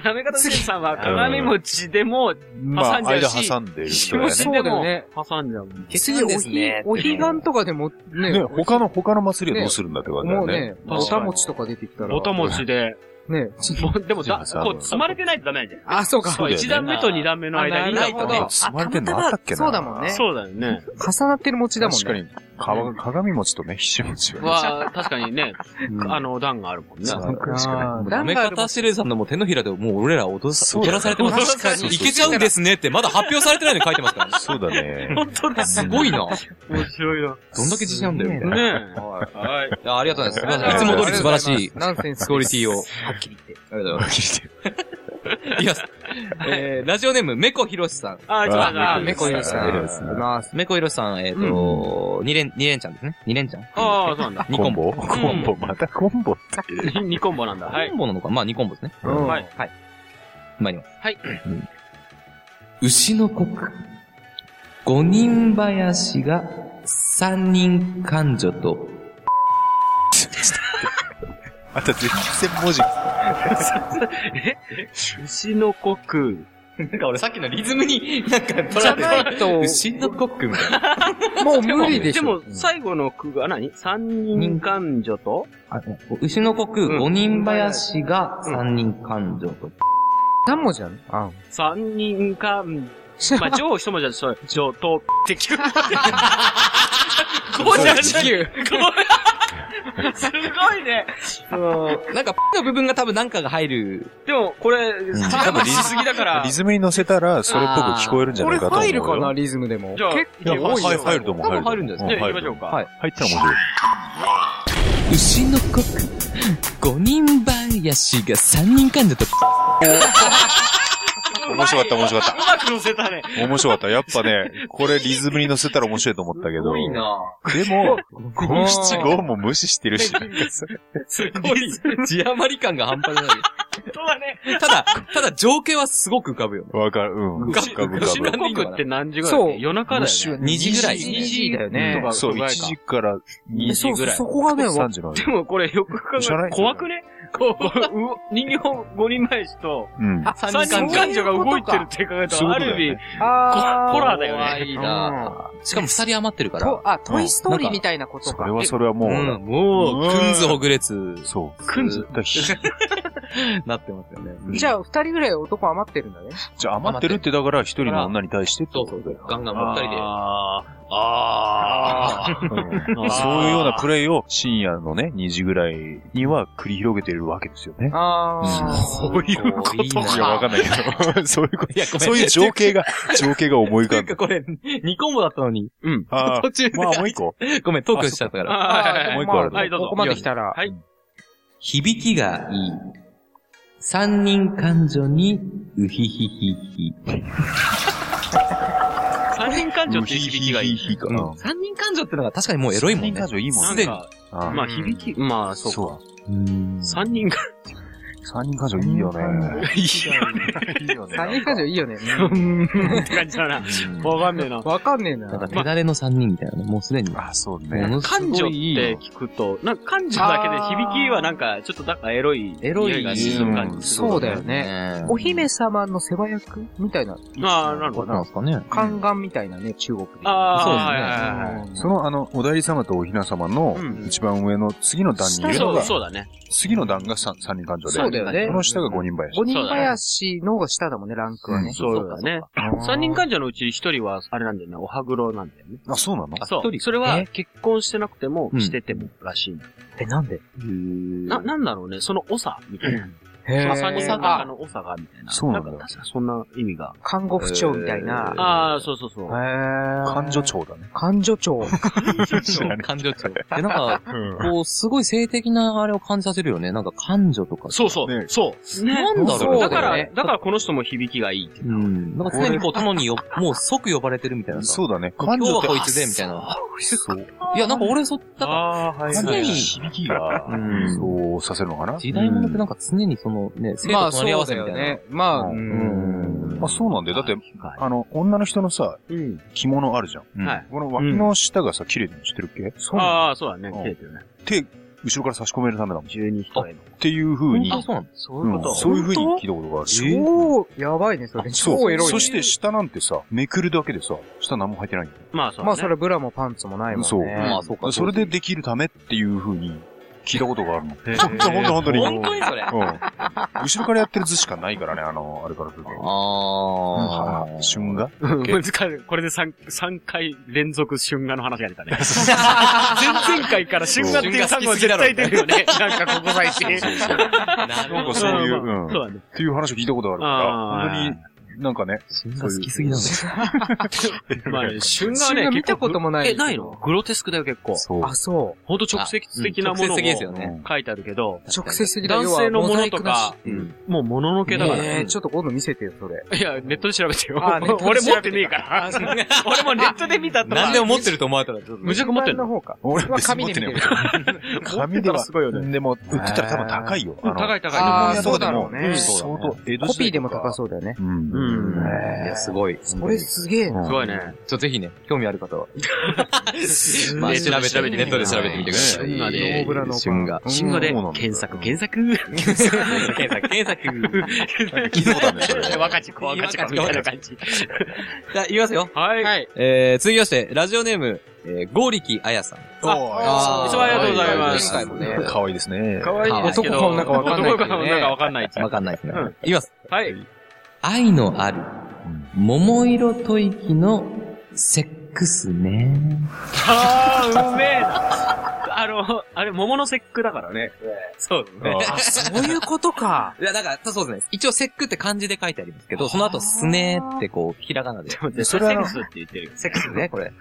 あなめ方先生さんは鏡餅でも、ま挟あ、んじゃうし間挟んでる人だよ表紙でそうね。だよもね挟んじゃうもん。消せるんですね。お彼岸とかでもね、ね、他の、他の祭りはどうするんだって感じだもようねね。、かにぼたもちとか出てきたら。ボタ持ちで。ね。もうで もだ、そうだこう、積まれてないとダメなんじゃないあ、そうか。そうだよね一段目と二段目の間に。あなるほどね積まれてんのあったっけなそうだもんね。そうだよね。重なってる餅だもんね。確かに、か鏡餅とね、ひし餅はね。は、確かにね、あの、段があるもんね。そのくらいしかない。あー。ダメなんか方シリーズさんのもう手のひらでもう俺ら踊らさ踊らされてます。確かにいけちゃうんですねって、まだ発表されてないのに書いてますからね。そうだね。本当 だ。 すごいな。面白いな。どんだけ自信あんだよ、みたいな。ねえ。はい。いやありがとうございます。ありいがつとうもご通ざり素晴らしいナンセンス。クオリティを。はっきり言って。ありがとうございます。いや、えー、ラジオネーム、めこひろしさん。あ、ちょっと待ってああ、猫よさん。ありがとうございます。めこひろしさん、えっ、と、二連、二連ちゃんですね。二連ちゃんああ、そうなんだ。二ココンンボボ。コンボ、またコンボって。 2コンボなんだ。はコいン。ボなのかまあ、二コンボですね。うんはい。参ります。はいうん。牛の国。五人林が三人勘女と、また全然文字。牛のコク。 なんか俺さっきのリズムに、なんか、じゃないと、牛のコックみたいな。もう無理ででしょも。、最後の句が何三人間女と牛の国、五人林が三人勘女と。 3文字じゃん。あ三人 間、まあ、女を一文字だと、そう、女と、って聞く。こうじゃない。 こうすごいね。なんか、の部分が多分なんかが入る。でも、これ、多分しすぎだから。リズムに乗せたら、それっぽく聞こえるんじゃこないれかと思う入よ。るかなリズムでも。じゃあ、い多や、いよはい入ると思う。多分入るんじゃないね、行きましょうか。はい入ったら面白い。牛の国、五人林が三人勘女と。面白かった、面白かうまく乗せたね。った。面白かった。やっぱね、これリズムに乗せたら面白いと思ったけど。なでも、五七五も無視してるし。すごい、字余り感が半端じゃない。そうだね。 ただ、ただ情景はすごく浮かぶよね。わかる、うん。浮かぶ牛浮のか国って何時ぐらいそう夜中だよね。 2時ぐらい。 2時だよねぶ。。そう、1時から2時そうぐそう、らい。そこがね、 3時までで。もこれよく考知らえなてい怖くねこう、う人形5人前しと、うん。あ、三人感情が動いてるって考えたそうら、いうあことだる意味、ホラーあよねだよね。いいなしかも二人余ってるから。と、あ、トイストーリーみたいなことそかれ。はそれはもうん、う、もうう、んくんずほぐれつ、そう。くんずだしなってますよね。じゃあ、二人ぐらい男余ってるんだね。じゃあ余ってるってだから一人の女に対してってそこうそとだうよ。。ガンガンもう二人で。あー、あー。うんそういうようなプレイを深夜のね、2時ぐらいには繰り広げてるわけですよね。あー。そういうこといいいや、わかんないけど。そういうこと。いや、ごめん。そういう情景が、情景が思い浮とかいうんでか。 これ、2コンボだったのに、ああ途中で、まあもう一個。ごめん、トークしちゃったから。あもうー一個あるまはいどうぞここまで来たら。響きがいい。三人感情に、うひひひひ。三人感情っていう響きがいい。いいかうな。ん三人感情ってのが確かにもうエロいもんね三人。感情いいもんねすでに。なんかああまあ響き、まあそうか。うん三人感三人感情いいよね。情いいよねいいよね三人感情いいよね。って感じだな。わかんねえな。わかんねえなんなか、。手だれの三人みたいなね、もうすでに。あ、そうもね。のす感ご情っいいいてよ。聞くと、なんか感情だけで響きはなんか、ちょっとなんかエロい。エロい匂がする感じする。そうだよね。お姫様の世話役みたいな。ああ、なるこほれど。なんですかね。宦官みたいなね、中国で。ああ、はいはいはいその、あの、おだり様とおひな様のうん一番上の次の段にいはい。るのそう、が、そうだね。次の段が三三人感情で。そうだよねこの下が五人林。五人林の方が下だもんね、ランクはね。そうだね。三人患者のうち一人は、あれなんだよね、おはぐろなんだよね。あ、そうなのそう。それは、結婚してなくても、しててもらしいの。え、なんでな、なんだろうね、その長みたいな。へおーさがのおさがみたいな。そうなんだか確かそんな意味が。看護婦長みたいな。ああ、そうそうそう。へー感情。長だね。感情長。感情長。で、なんか、うんこう、すごい性的なあれを感じさせるよね。なんか感情とか。そうそう、ねそう。なんだろうだかねら、だからこの人も響きがいいっていうう。ん。なんか常にこう、殿によ、もう即呼ばれてるみたいなさ。そうだね。今感日情はってこいつで、みたいな。いや、なんか俺そ、だかああ、はら、い常に、響きがう、んそうさせるのかな時代物ってなんか常にその、ね、生まとあ、隣りそ合うわせだみたいよな。ね。まうあ、んまあそうなんだよ。だって、はいあの、女の人のさ、うん。着物あるじゃん。はこの脇の下がさ、綺麗にしてるっけそああ、そうだね。うん切れてるね。手、後ろから差し込めるためだもん。っ十二人への。ていう風に、あ、そうなんだ。そういうこうんと。そういう風に聞いたことがある。超、やばいね、それ。超エロいね。そして下なんてさ、めくるだけでさ、下何も履いてないんだよまあ、そうだね。まあ、それブラもパンツもないもんね。そうまあ、そうか。それでできるためっていう風に聞いたことがあるの。へー本当本当本当に。うん本当にそれ。あ後ろからやってる図しかないからね、あの、あれからすると。あは旬がうん難しい。 これで三三回連続春画の話が 出たね。前々回から春画っていう単語は絶対出るよね。なんかここ最近。ななんるかほそうど。いう、まあまあうんそうだね。っていう話を聞いたことがあるあかーら、本当に、なんかね、旬が好きすぎなんだよ。 まあね、春画はそれね、が見たこともない。え、ないのグロテスクだよ、結構。そう。あ、そほんと直接的なもの直を接的ですよ書ね。いてあるけど、う。直接的な男性のものと。要はか、もうもののけモだザイかクなしら。ねえ、ちょっと今度見せてよ、それ。 いや、ネットで調べてよあネッ。トで俺調持べっててねえから。俺もネットで見 たと何でも持ってると思われたら、無邪気持ってんのの方 か。俺は紙で見てる。 紙では、すごいよね。でも、売ってたら多分高いよ。あの高い高い。あーそうだろそうだろうね相当、江戸時代とかコピーでも高そうだよね。う。うんん。いや、すごい。これすげえな。すごいね。ちょ、ぜひね、興味ある方は。ネットまあ、調でべて、ネットで調べてみてください。春画でえーノーブラの旬が。信号でそうなんだ検索、検索。検索、検索。聞いたことあるね、それ。若ちこ、若ちこ、みたいな感じ。じゃあ、言いますよ。はい。。はいえー、続きまして、ラジオネーム、えー、ゴーリキあやさん。あーいつもありがとうございます前回もね。可愛いですね。かわいいですけど。男か女かわかんないけ男どかね女かわかんないっていうわかんないですね。言います。はい。愛のある、桃色吐息のセックスね。あー、うめえな。あの、あれ、桃の節句だからね。そうね。あ、そういうことか。いや、だから、そうですね。一応、セックって漢字で書いてありますけど、その後、スネーってこう、ひらがなで。でそれセックスって言ってるよ。セックスね、これ。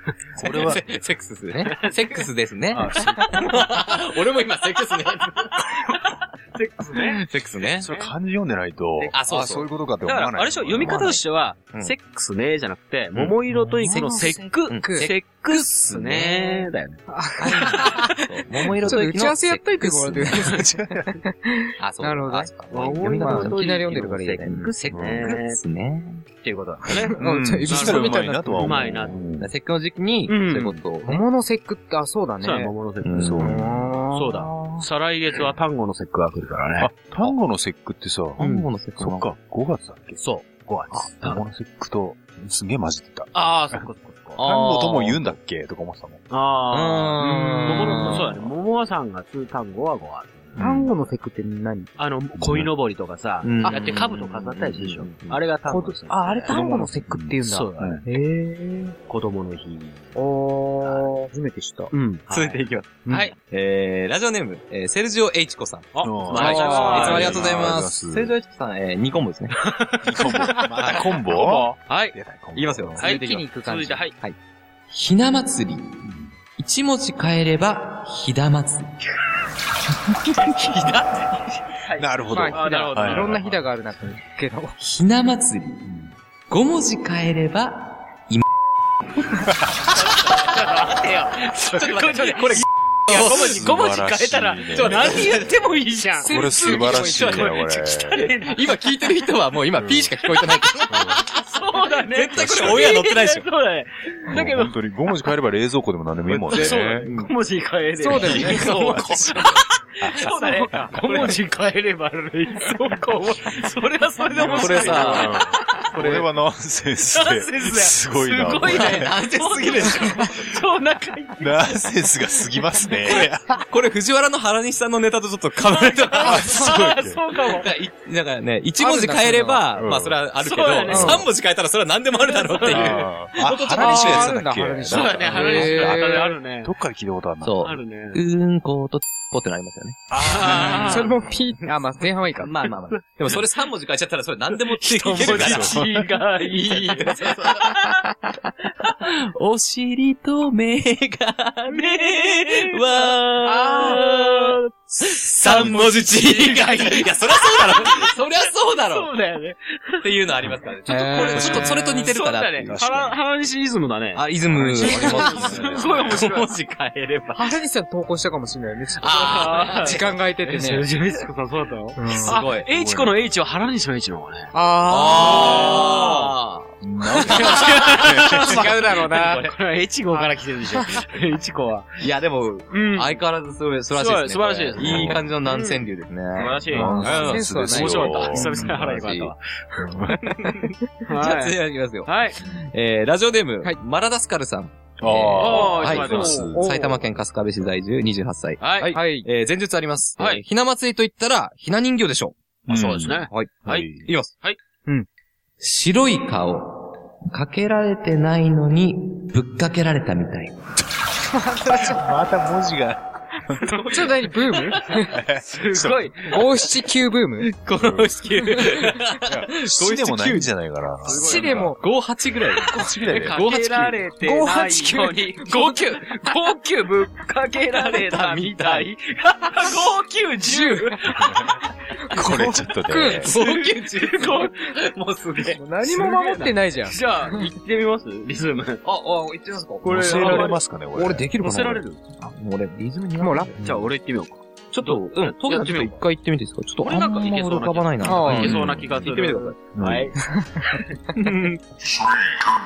これは、 セックスですね。セックスですね。 俺も今、セックスね。セックスね。セックスね。それ漢字読んでないと、あそうそうそういうことかってだ思かわら、なあい。れでしょ、読み方としてはう、んセックスねじゃなくて、桃色と息のセックうん、セックスねだよね。ちょっと打ち合桃色吐息のわせセやっッといてクもらスってくださね。い。あ、そうなるほどあそうか読みまあい方きなり読んでるからいいセねックスねセックスね。っていうことだね。うんちょっとそしたらうまいなとは思う。うまいなとだからセックの時期に、そううんいうことをね。桃の節句って、あ、そうだね。そうだ、桃の節うん句。そう。そうだ。再来月は単語の節句が来るからね。あ、単語の節句ってさ、本語のセックそっか、5月だっけそう、5月。単語の節句と、すげえ混じってた。ああ、そっかそっかそっか。あー単語とも言うんだっけとか思ってたもん。ああ。桃うーんの、そうだね。桃は3月、単語は5月。単語の節句って何あの、鯉のぼりとかさ、うんだって兜飾ったりするでしょうん。あれが単語の節句。あ、あれ単語の節句って言うんだ。そうだね。へー。子供の日。おー、初めて知った。うん。続いていきます。はい。えー、ラジオネーム、えー、セルジオ・エイチコさん。あ、うんありがとうございますいつもありがとうございあま。りがとうございますすセルジオ・エイチコさん、えー、2コンボ ですね。コンボ。またコンボはい。いきますよ。はい、続いていきます行く感じ。続いて、はい。ひな祭り。一文字変えれば、ひだ 祭り。なるほど。あ、なるほど。はいいろんなひだがある 中けど。ひな祭り。五文字変えれば、ちょっと待って、これ、いや、5文字、5文字変えたら、素晴らしいねちょっと何言ってもいいじゃん。これ素晴らしいね、これ。今聞いてる人はもう今 P しか聞こえてないけど。そうだね。絶対これオンエア乗ってないでしょそうだね。だけど本当に5文字変えれば冷蔵庫でも何でもいいもん ね。そうだね。5文字変えれば。そうだよねそうかそうだね。5文字変えれば、そうか。それはそれで面こ白い。れさ、これはナンセンスナンセで。ンスだよ。すごいな。すごいね。安定すぎるでし超仲いい。ナンセンスが過ぎますね。ょ。これ藤原の原西さんのネタとちょっと被れてる。あ、すごいあねあ、。そうかも。だからね、一文字変えれば、うんまあそれはあるけそうだど、ね三文字変えたらそれは何でもあるだろうっていう。あー、あ原西がやってたんだっあるんだ原け西そうだね、へー話があるね。どっから聞いたことあるのそあるねう。。うんこと、ポってなりますよね。あそれもピー、あ、まあ、前半はいいか。まあまあまあ。でもそれ3文字変えちゃったらそれ何でもついていけるから。違い。お尻と目がねは、三文字違い。いや、そりゃそうだろ。そりゃそうだろ。そうだよね。っていうのありますからね。ちょっとこえれ、ーちょっとそれと似てるかなっていそううだね。原原西イズムだね。あ、イズムありますすね。ごい面白い文字変えれば。原西さん投稿したかもしれないね。ちょっとあー時間が空いててね。ジェイスコさんそうだったのうんー、すごい。エイチコの H は原西の H の方がね。ああー。違うだろうな。これはエチコから来てるでしょ。エチコは。 ー。いや、でも、うん相変わらずすごい、素晴らしいですね。すごい素晴らしいですこれいい感じの南川流ですね。素晴らしいセンスはない面面白かった。久々に腹がかったわ。じゃあはい次いきますよ。はい。えー、ラジオネーム、はいマラダスカルさん。ああーはいいただきますおー埼玉県春日部市在住、28歳。は。はいい。はい。えー、前述あります。ははいい。ひな祭りと言ったら、ひな人形でしょあ。そうですね。う。はい。はいい。いきます。はい。うん。白い顔。かけられてないのに、ぶっかけられたみたい。また文字が。ちょっと何ブームすごい。五七九ブームこの地球。死でもないんじゃないかな。死でも、 58ぐらい。死ぐらいだよ。かけられてないのに、 589 59ぶっかけられたみたい。5910。これちょっとね。 5910。もうすげえ。何も守ってないじゃん。じゃあ、行ってみますリズム。あ、あ、言ってますかこ乗れせられますかね、これ。俺できるか乗なせられる俺、リズムにもうラじゃあ、俺行ってみようか。ちょっと、うん、トークちょっと一回行ってみていいですかちょっと俺あんなまんかいけそうな気が浮かばないな。あーいけそうな気がする。行ってみてくだだうんはい。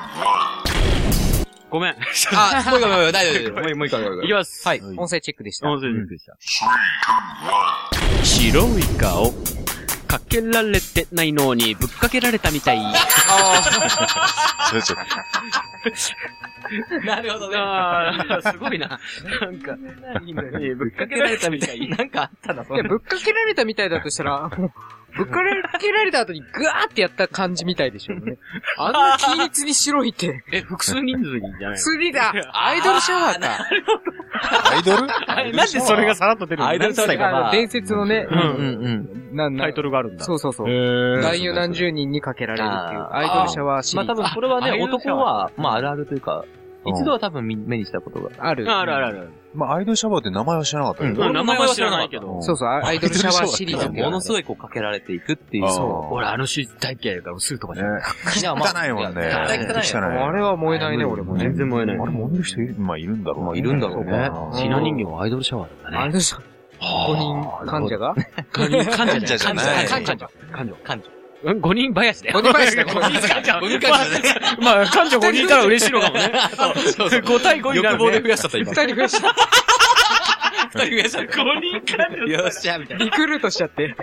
ご めん。さい。あ、もう一回、もう一回、大丈夫大丈夫。もう一回、もう一い回き。ます。はい。音声チェックでした。音声でした。白い顔。かけられてないのにぶっかけられたみたい。それちょっなるほどね。ああ、すごいな。なんか、ぶっかけられたみたい。なんかあったな、そいや、ぶっかけられたみたいだとしたら、もう ぶっかけられた後にグワーってやった感じみたいでしょうね。あんな均一に白い って。え、複数人数にじゃない釣りだアイドルシャワーか。と、アイドルなんでそれがさらっと出るのアイドルシャワなんーでかあまの、あ。伝説のね、ん うんうん。な、なタイトルがあるんだ。そうそうそう。へ男優何十人にかけられるっていう、あーアイドルシャワーシリまーあズ多分これはあね、アイドルシャ男ワは、まああるあるというか、うん一度は多分み目にしたことが。ある。あるあるある。まあ、アイドルシャワーって名前は知らなかったけど。俺俺名名前前はは知知ららなないいけけど。そうそう、アイドルシャワーシリーズっていうのがあものる。すごいこうかけられていくっていう。あー俺、あのシーズ大嫌いだから、すぐ飛ばしねた。いやまあ汚いもんね。絶対汚いよ汚い。あれは燃えないね、俺もね。然燃えあれもいる人いる、まあいるんだろうね。まあいるんだろうねそひな人形はアイドルシャワーだあね。れでしょ ?5 人患者が5人患者じゃ感な情い感患情者。感情感情。うん、5人林だよ。 5人林だよ5人患者。 5人患者まあ、まあ患者5人いたら嬉しいのかもね。5対5になる、ね。欲望で増やしちゃった、 ?2 今。人増やし二人増やしちゃった。 5人患者。よっしゃ、みたいリクルートしちゃ って。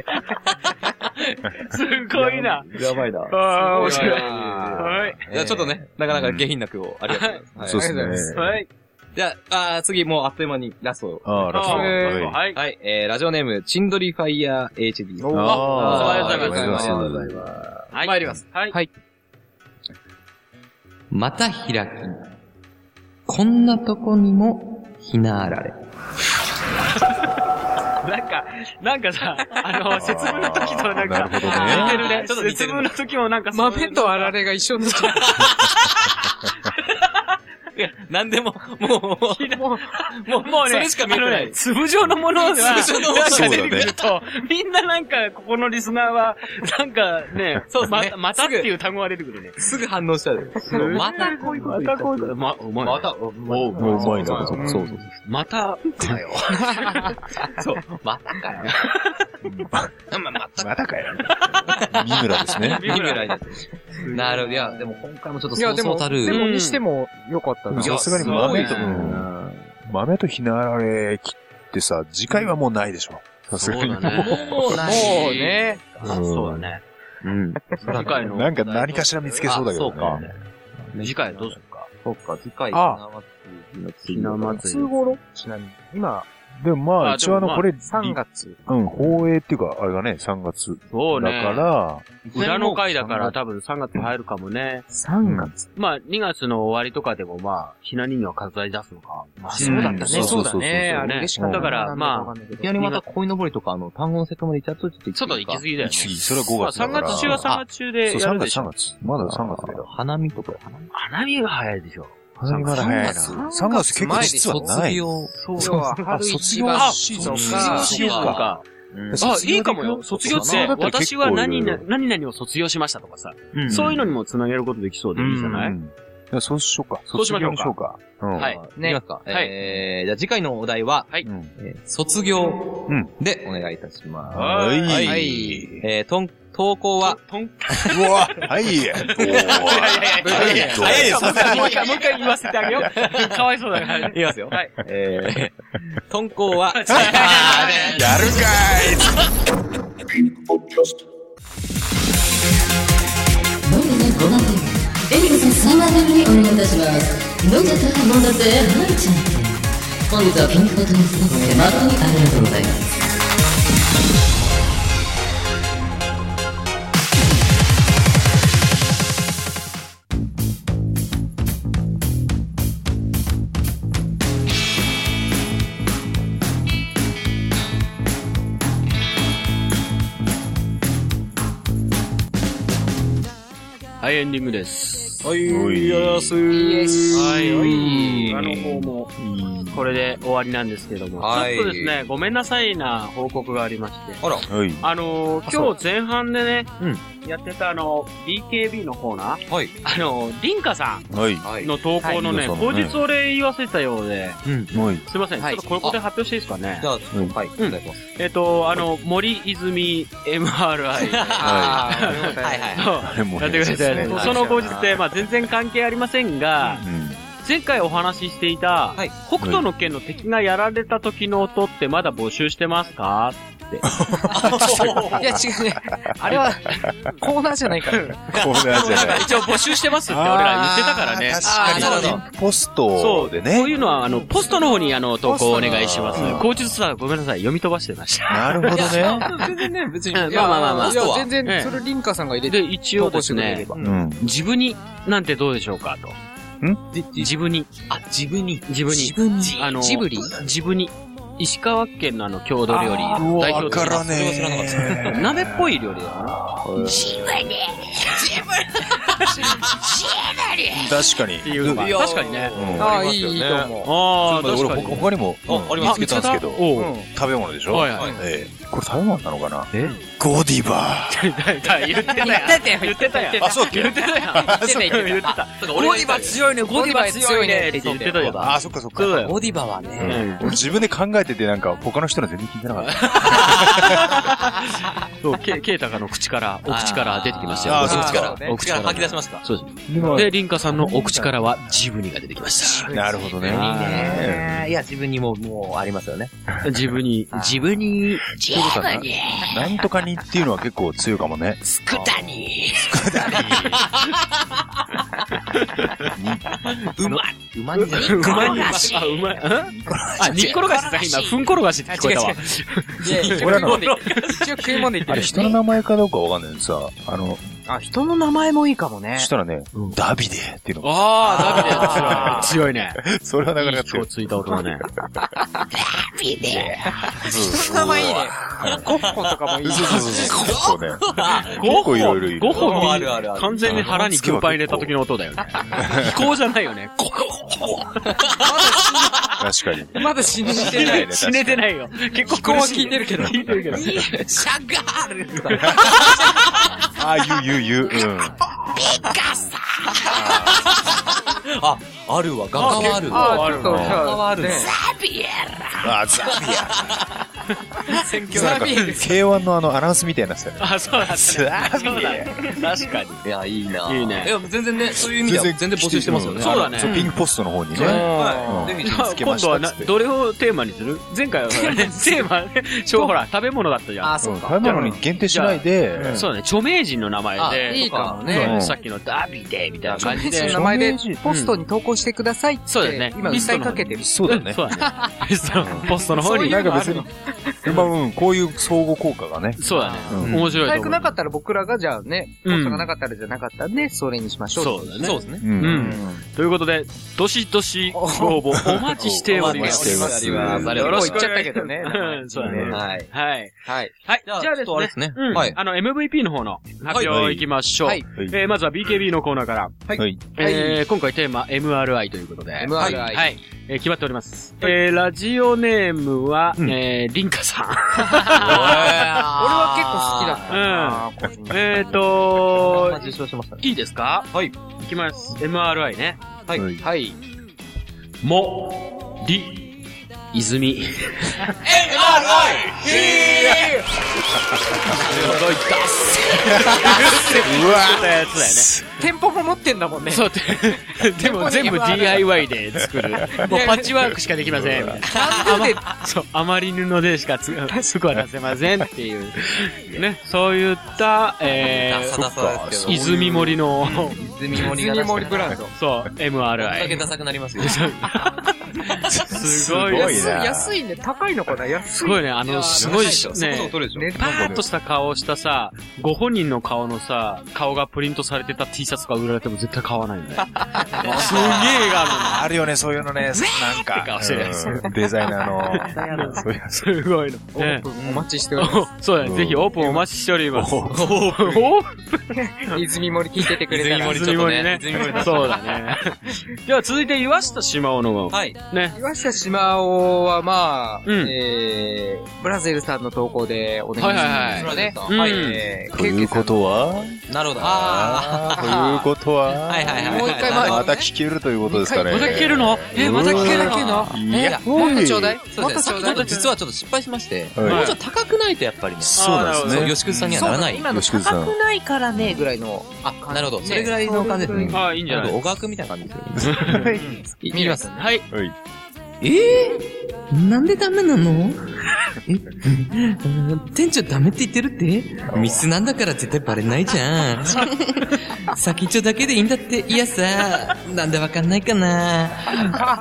すごいな。な。やばいな。ああ、面白い。ははい。いや、ちょっとね、なかなか下品な句を、ありがとうございます。はいあうですりがとうございはい。ね。じゃあ、あー次、もうあっという間にラスト。ああ、ラフあーははい。い。はい、えー、ラジオネーム、チンドリファイヤー HD。おーああーありがとうございますありがとうございます。はい。参ります。はい。また開き。こんなとこにも、ひなあられ。なんか、なんかさ、あの、節分の時となんか、なるほど似ねてるね。ちょっと似て節る分の時もなんかそういう豆とあられが一緒になっちゃう。いや、なんでも、もう、もう、もう、もうね、それしか見えてなあのいね。粒状のものは、粒状のものなんか出てそくうだねると、みんななんか、ここのリスナーは、なんかね、そうですねままたっていう単語が出てくるね。すぐ反応しちゃう。またこういうこと言っちゃった。ま、お前、また、おう、もううまいな。そうそうそう。また、かよ。 そう、またかよ。ま、またまたかよ。三村ですね。意味ないなるほど。いや、でも今回もちょっといそや、うでそうも、たでる。もにしても良かったな。さすがに豆と、うん豆とひなあられ切ってさ、次回はもうないでしょ。さすがに。 もうないもうね。あそうだね。うん。次回の、なんか何かしら見つけそうだけどね。あそう次回どうするか。そっか、次回、あひな祭りひな祭のりいつ頃ちなみに。今、でもまあ、あで一も応あの、まあこれ、 3月。うん、放映っていうか、あれがね、3月。そうだね。から、裏の回だから多分3月入るかもね。 3月。まあ2月の終わりとかでもまあ、ひな人形飾り出すのか。まああ、そうだったね。うんそうだね。あれ嬉しかった。だからまあ、いきなりまた鯉のぼりとか、あの、単語の説までいたとちょっと行ちょっと行き過ぎだよね。行き過ぎ。それは5月だ3から。月中は3月中でやそう、る3で月、し3ょ。月。まだ3月だよ。花見とか、花見花見が早いでしょ。花見まだ早いな。 3 3月結構実は卒ない。業。要は春一番シーズンか。シーズンか。あ、いいかもよ。卒業っ卒業て、だったら私結構は何いろい々ろ何々を卒業しましたとかさ、そういうのにも繋げることできそうでいいじゃない、うんいやそうしようか。そうしましょうか卒業うか。うん。はい。ね。いきますか。はいえー、じゃあ次回のお題は、はいうんえー卒業うんでお願いいたします。はい。はい。い。えー、とん、投稿は、うわ、 はい。早いおーはいどう です。もう一回、もう一回言わせてあ げよう。かわいそうだから。いきますよ。はい。えー、とんこ うは、やるか飲んで5万円エリコさん3万円にお願いいたします飲んじゃったら飲んだぜはいちゃん本日はピンクボトルスポーツで誠にありがとうございますはい、エンディングです。いおいやすイエス。あの方も、これで終わりなんですけども、はいちょっとですね、ごめんなさいな報告がありまして、はい。あのー今日前半でね、やってたあの、BKB のコーナー、はい。あのー、リンカさはい。んの投稿のね、はい口実を礼言わせたようで、はい。すいません、はいちょっとここで発表していいですかね じ。ゃあ、ちょっとはい、お願いします。えっと、あの、森泉 MRI あーはいはいのあれもやってくれそうてですね、その後日で、まあ全然関係ありませんが、前回お話ししていた、はい北斗の拳の敵がやられた時の音ってまだ募集してますかいや、違うね。あれは、コーナーじゃないから。うん。こうなるじゃない。一応募集してますって俺ら言ってたからね。あーあー確なるかに。ポストでそういね。うのは、あの、ポストの方に、あの、投稿をお願いしますポスト。口述さ、ごめんなさい、読み飛ばしてました。なるほどね。全然ね、別に。うんまあまあまあまあいやいや全ええ然、それリンカさんが入れで、て、一応ですね、投稿してくれればうん。自分に、なんてどうでしょうか、と。自分に、あ、自分に。自分に自、分に。あの、ジブリ自分に、石川県のあの、郷土料理、うわ代わ表か的らな、ねえ。鍋っぽい料理だよね。確かに。っていうのが、確かにね。うんああ、いい、いいと思ああ、まあ確俺かに。ほ他にも、ああ見つけたんですけど、おう食べ物でしょはいはいええこれ食べ物なのかなゴディバー。言ってたよ。言ってたよ。言ってたよ。あ、そうっけ言ってたよ。言ってたよ。言ってた。ゴディバ強いね、ゴディバ強いねって言ってたよ。あ、そっかそっか。そうだよ。ゴディバはね、うん俺自分で考えててなんか他の人の全然聞いてなかった。そう、ケケイタカの口から、お口から出てきましたよ。あーおそう口でかすら。お口から吐き出しました。そうでもです。で、リンカさんのお口からはジブニが出てきましなるほどね。えーいや、自分にも、もう、ありますよね。た。ジブニ、ジブニ、ジブニなんとかにっていうのは結構強いかもね。スクタニうまいうまにじゃない。うまいあ、うまい。んあ、煮っころがしだ、今、ふんころがしって聞こえたわ。う。いやいや、一応食俺らいの物で言ってる。一応食い物で言ってあるれ。人の名前かどうかわかんないけどさ、あの、あ、人の名前もいいかもねそしたらね、ダビデっていうのが。ああ、ダメだよ。強いね。それはなかいいなか人強をい。ついた音だね。人の名前いいね。ゴッホとかもいい。そうそうそうそう。結構ね。ゴ結ッホ構いろいろいる。ゴッホあるあるある完全に腹に軍配入れた時の音だよね。飛行じゃないよね。確かに。まだ信じてない。死ねてないよ。結ここ構は苦し聞いてるけど。シャガールああ、言う言う言う。うん。あ、あるわ、画家はあるわ。ああ、ちょっと、あじゃあ、あるねねあ、ザビア。選挙なんか、K1 のあの、アナウンスみたいになってたよね。あ、そうだったね。スワービそうだー確かに。いや、いいないいいねいや、全然ね、そういう意味では全然募集してますよね。そうだねピンクポストの方にね。そうだねうんぜひじゃあつけま今した度はっつなってどれをテーマにする前回はほらねテーマね、しょうほら、食べ物だったじゃん。あ、そっか。食べ物に限定しないで、そうだね、著名人の名前あで、いいかもそうね。ねさっきのダービーで、みたいな感じそので。名前でポストに投稿してくださいって、そうだよね今訴えかけてる。そうだね。そうだね。ポストのポストの方そうに。いうのがなんかあ別るのに、まあうん、こういう相互効果がね。そうだね。ううんん面白いと訴え思くう。なかったら僕らがじゃあね、うんポストがなかったらじゃなかったんで、それにしましょう。そうだね。そうですね。う。うんん。ということで、どしどしご応募お待ちしておりまお待ちしてす。おりまあすりがよとうろごしざく言いっちゃったけどね。うんそうだね。ます。はい。はい。はい。はい。じじゃあゃあですちょっとあれねですね。うん。はいあの、MVP の方の発は表いいきましょう。はいはいえーまずは BKB のコーナーから。はい。はい。えー今回テーマ MRI ということで。 MRI はいはい。えー決まっております。えーラジオネームは、うんえー、リンカさん。俺は結構好きだったな。個人的にえっとまあ、受賞しましたね。いいですかはい。いきます。MRI ね。はい。はい。も、り、泉。MRI! なるほど、いったっす。 うわーったやつだよね。店舗も持ってんだもんね。そうで、でも全部 DIY で作 る。もうパッチワークしかできません。あそう、余り布でしかつ、服は出せませんっていう。ね、そういった、えダサダサですー、けど。泉森の、泉森が泉出して森る。ブランド。そう、だけ MRI。ダサくなりますよ。すごいすごね。いな安いね。高いのかな安すい。ごいね、あの、すごいそこそこね。取るでしょ。ネパーッとした顔をしたさ、ご本人の顔のさ、顔がプリントされてた T シャツが売られても絶対買わないんだよ。すげえがあるんだあるよね、そういうのね。 なんってか顔してるやつ、うんデザイナーの、そういうやつ すごいの。オープンお待ちしておりまお そうだうんね。ぜひオープンお待ちしております。おオープンおす。泉森聞いててくれた泉ら。森ちょっとね。泉泉森だそうだね。では続いて岩下島尾の方。はい。ね。岩下島尾はまあ、うんえー、ブラゼルさんの投稿でお願いしますよね。はいはいはいブラゼルさんはいえーということはなるほど。あーということははいはいはい。もう一回まあまた聞けるということですかね。また聞けるのえ、また聞ける聞けるののいや、もっとちょうだい。そうもっでとすちょね。う先だほい。ど実はちょっと失敗しまして、はいもうちょっと高くないとやっぱりね、そそうなんですう、ね。吉久さんにはならない。今の吉久さん高くないからね、ぐらいの。あ、なるほど。それぐらいの感じですね。ああ、いいんじゃななんかい小川くんみたいな感じですよね。いきます。はい。はい。えー、なんでダメな のえ店長ダメって言ってるってミスなんだから絶対バレないじゃ ん。先っちょだけでいいんだって。いやさ、なんでわかんないかな。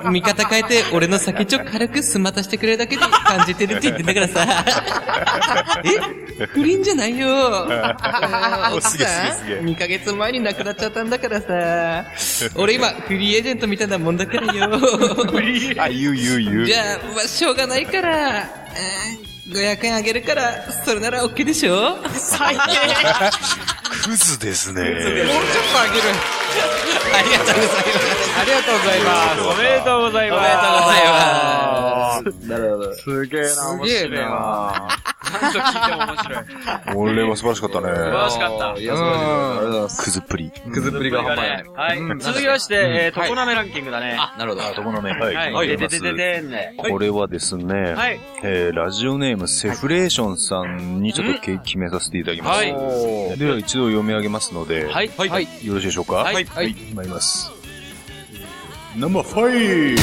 味方変えて俺の先っちょ軽くスマタしてくれるだけで感じてるって言ってんだから さ。え不倫じゃ ないよ。おすげえすげえすげえ2ヶ月前に亡くなっちゃったんだからさ。俺今フリーエージェントみたいなもんだからよ。あ、言う言う言う。じゃあ、まあ、しょうがないから、えー500円あげるから、それなら OK でしょ最低あクズですね。もうちょっとあげる。りがとうございます。ありがとうございまおめでとうございおま。めでとうございますなるほど。すげえな、面す。す白いげえな。あちゃんと聞いても面白い。素ー俺は素晴らしかった晴ね。らしかった。いや、素晴らしいありがとうございます。クズっぷり。くずっぷりが半端なねい。はい。続きまして、えー、常滑ランキングだね。あ、なるほど。どこのね、はい。でででででんね。これはですね、はい。えーラジオネームセフレーションさんにちょっとけ決めさせていただきます。はいでは一度読み上げますので、はい。はい。はい。よろしいでしょうかはいはい。参ります。ナンバー5、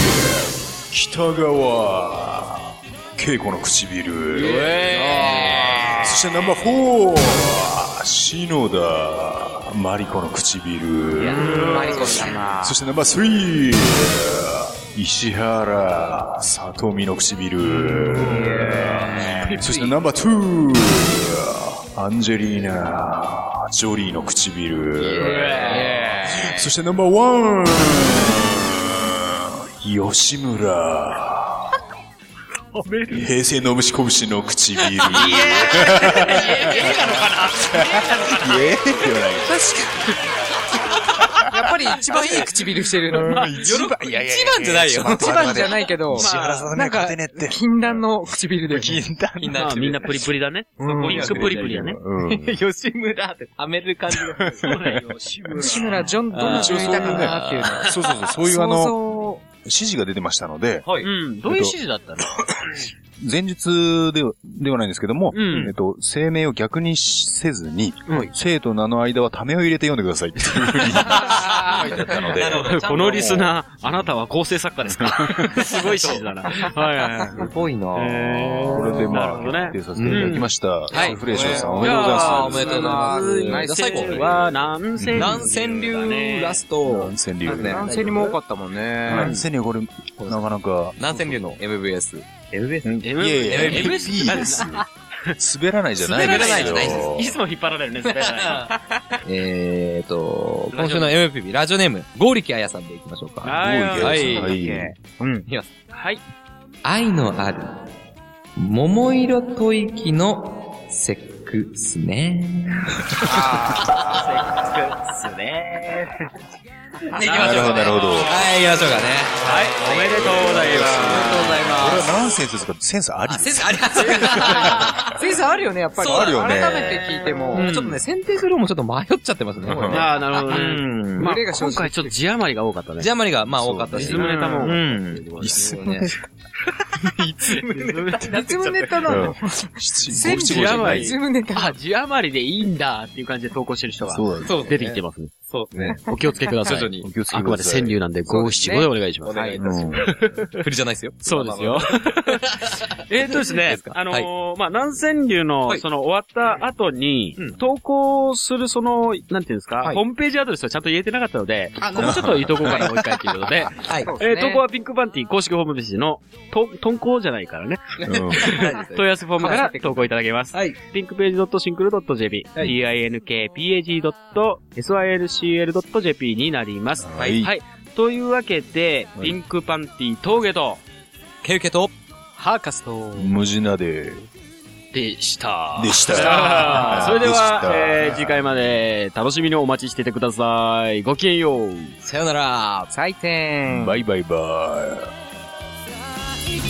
北川恵子の唇。そしてナンバー4、篠田マリコの唇。マリコさんが。そしてナンバー3、石原さとみの唇。そしてナンバー2、アンジェリーナ・ジョリーの唇。そしてナンバー1、吉村。平成のぶしこぶしの唇。イエーイなのかなイエーイじゃないやっぱり一番いい唇してるの。一番、いやいや一番じゃないよ。一番じゃないけど、原さとみなはんか勝てねえって、禁断の唇で。銀だね。まあ、みんなプリプリだね。ピンクプリプリだね。うん。吉村って、はめる感じが。志村ジョン、どんな人いたかなっていうの。そうそうそう、そういうあの、想指示が出てましたので、はい。うん。どういう指示だったの前日ではではないんですけども、うん、えっと、声明を逆にせずに、うん、生と名の間はためを入れて読んでくださいっていうふうに書いてあったので。このリスナー、あなたは構成作家ですかすごい指示だな。はいはいはい。すごいなこれで まあ、決定させていただきました。うん、はい。フレッシュさん、おめでとうございます。おめでとうございます。ナイス最後は南千流。南千流ラスト。南千流。南千流も多かったもんね。南千流これ、なかなか。南千流の MVS。 MBS? MBS? 何です滑らないじゃない滑らないじゃないです。いつも引っ張られるね、滑らない。えーと、今週の MVP、ラジオネーム、ゴーリキアヤさんでいきましょうか。。はい。はい。はいうん、いきます。はい。愛のある、桃色吐息の節句っすね。あー、節句っすね。 行きましょう。なるほど、はい、行きましょうかね。はい、おめでとうございます。おめでとうございます。これはナンセンスですかセンスありセンスありセンスあるよね、やっぱり。あるよね。。改めて聞いても。ちょっとね、選定するのもちょっと迷っちゃってますね。ああ、なるほどね。まあ、今回ちょっと字余りが多かったね。字余りが、まあ多かったし。リズムネタも。うんリズムネタ。リズムネタ。リズムネタなの。全部字余り。リズムネタ。あ、字余りでいいんだっていう感じで投稿してる人が出てきてますね。そうですね。お気をつけください。徐々に。お気をつけください。あくまで川柳なんで、五七五でお願いします。はい。振りじゃないですよ。そうですよ。 えっとですね、あの、ま、南川柳の、その、終わった後に、投稿する、その、なんていうんですか、ホームページアドレスはちゃんと言えてなかったので、ここちょっと言いとこうかな、もう一回という ことで、え、投稿はピンクバンティ公式ホームページの、と、投稿じゃないからね。 問い合わせフォームから投稿いただけます。はい。ピンクページ .syncl.jp、pinkpag.syncl.jp .jp になります。はい。はい。というわけで、ピンクパンティ峠と、ケウケと、ハーカスと、ムジナで、でした。でした。 それでは、えー、次回まで楽しみにお待ちしててください。ごきげんよう。さよなら。採点。バイバイバイ。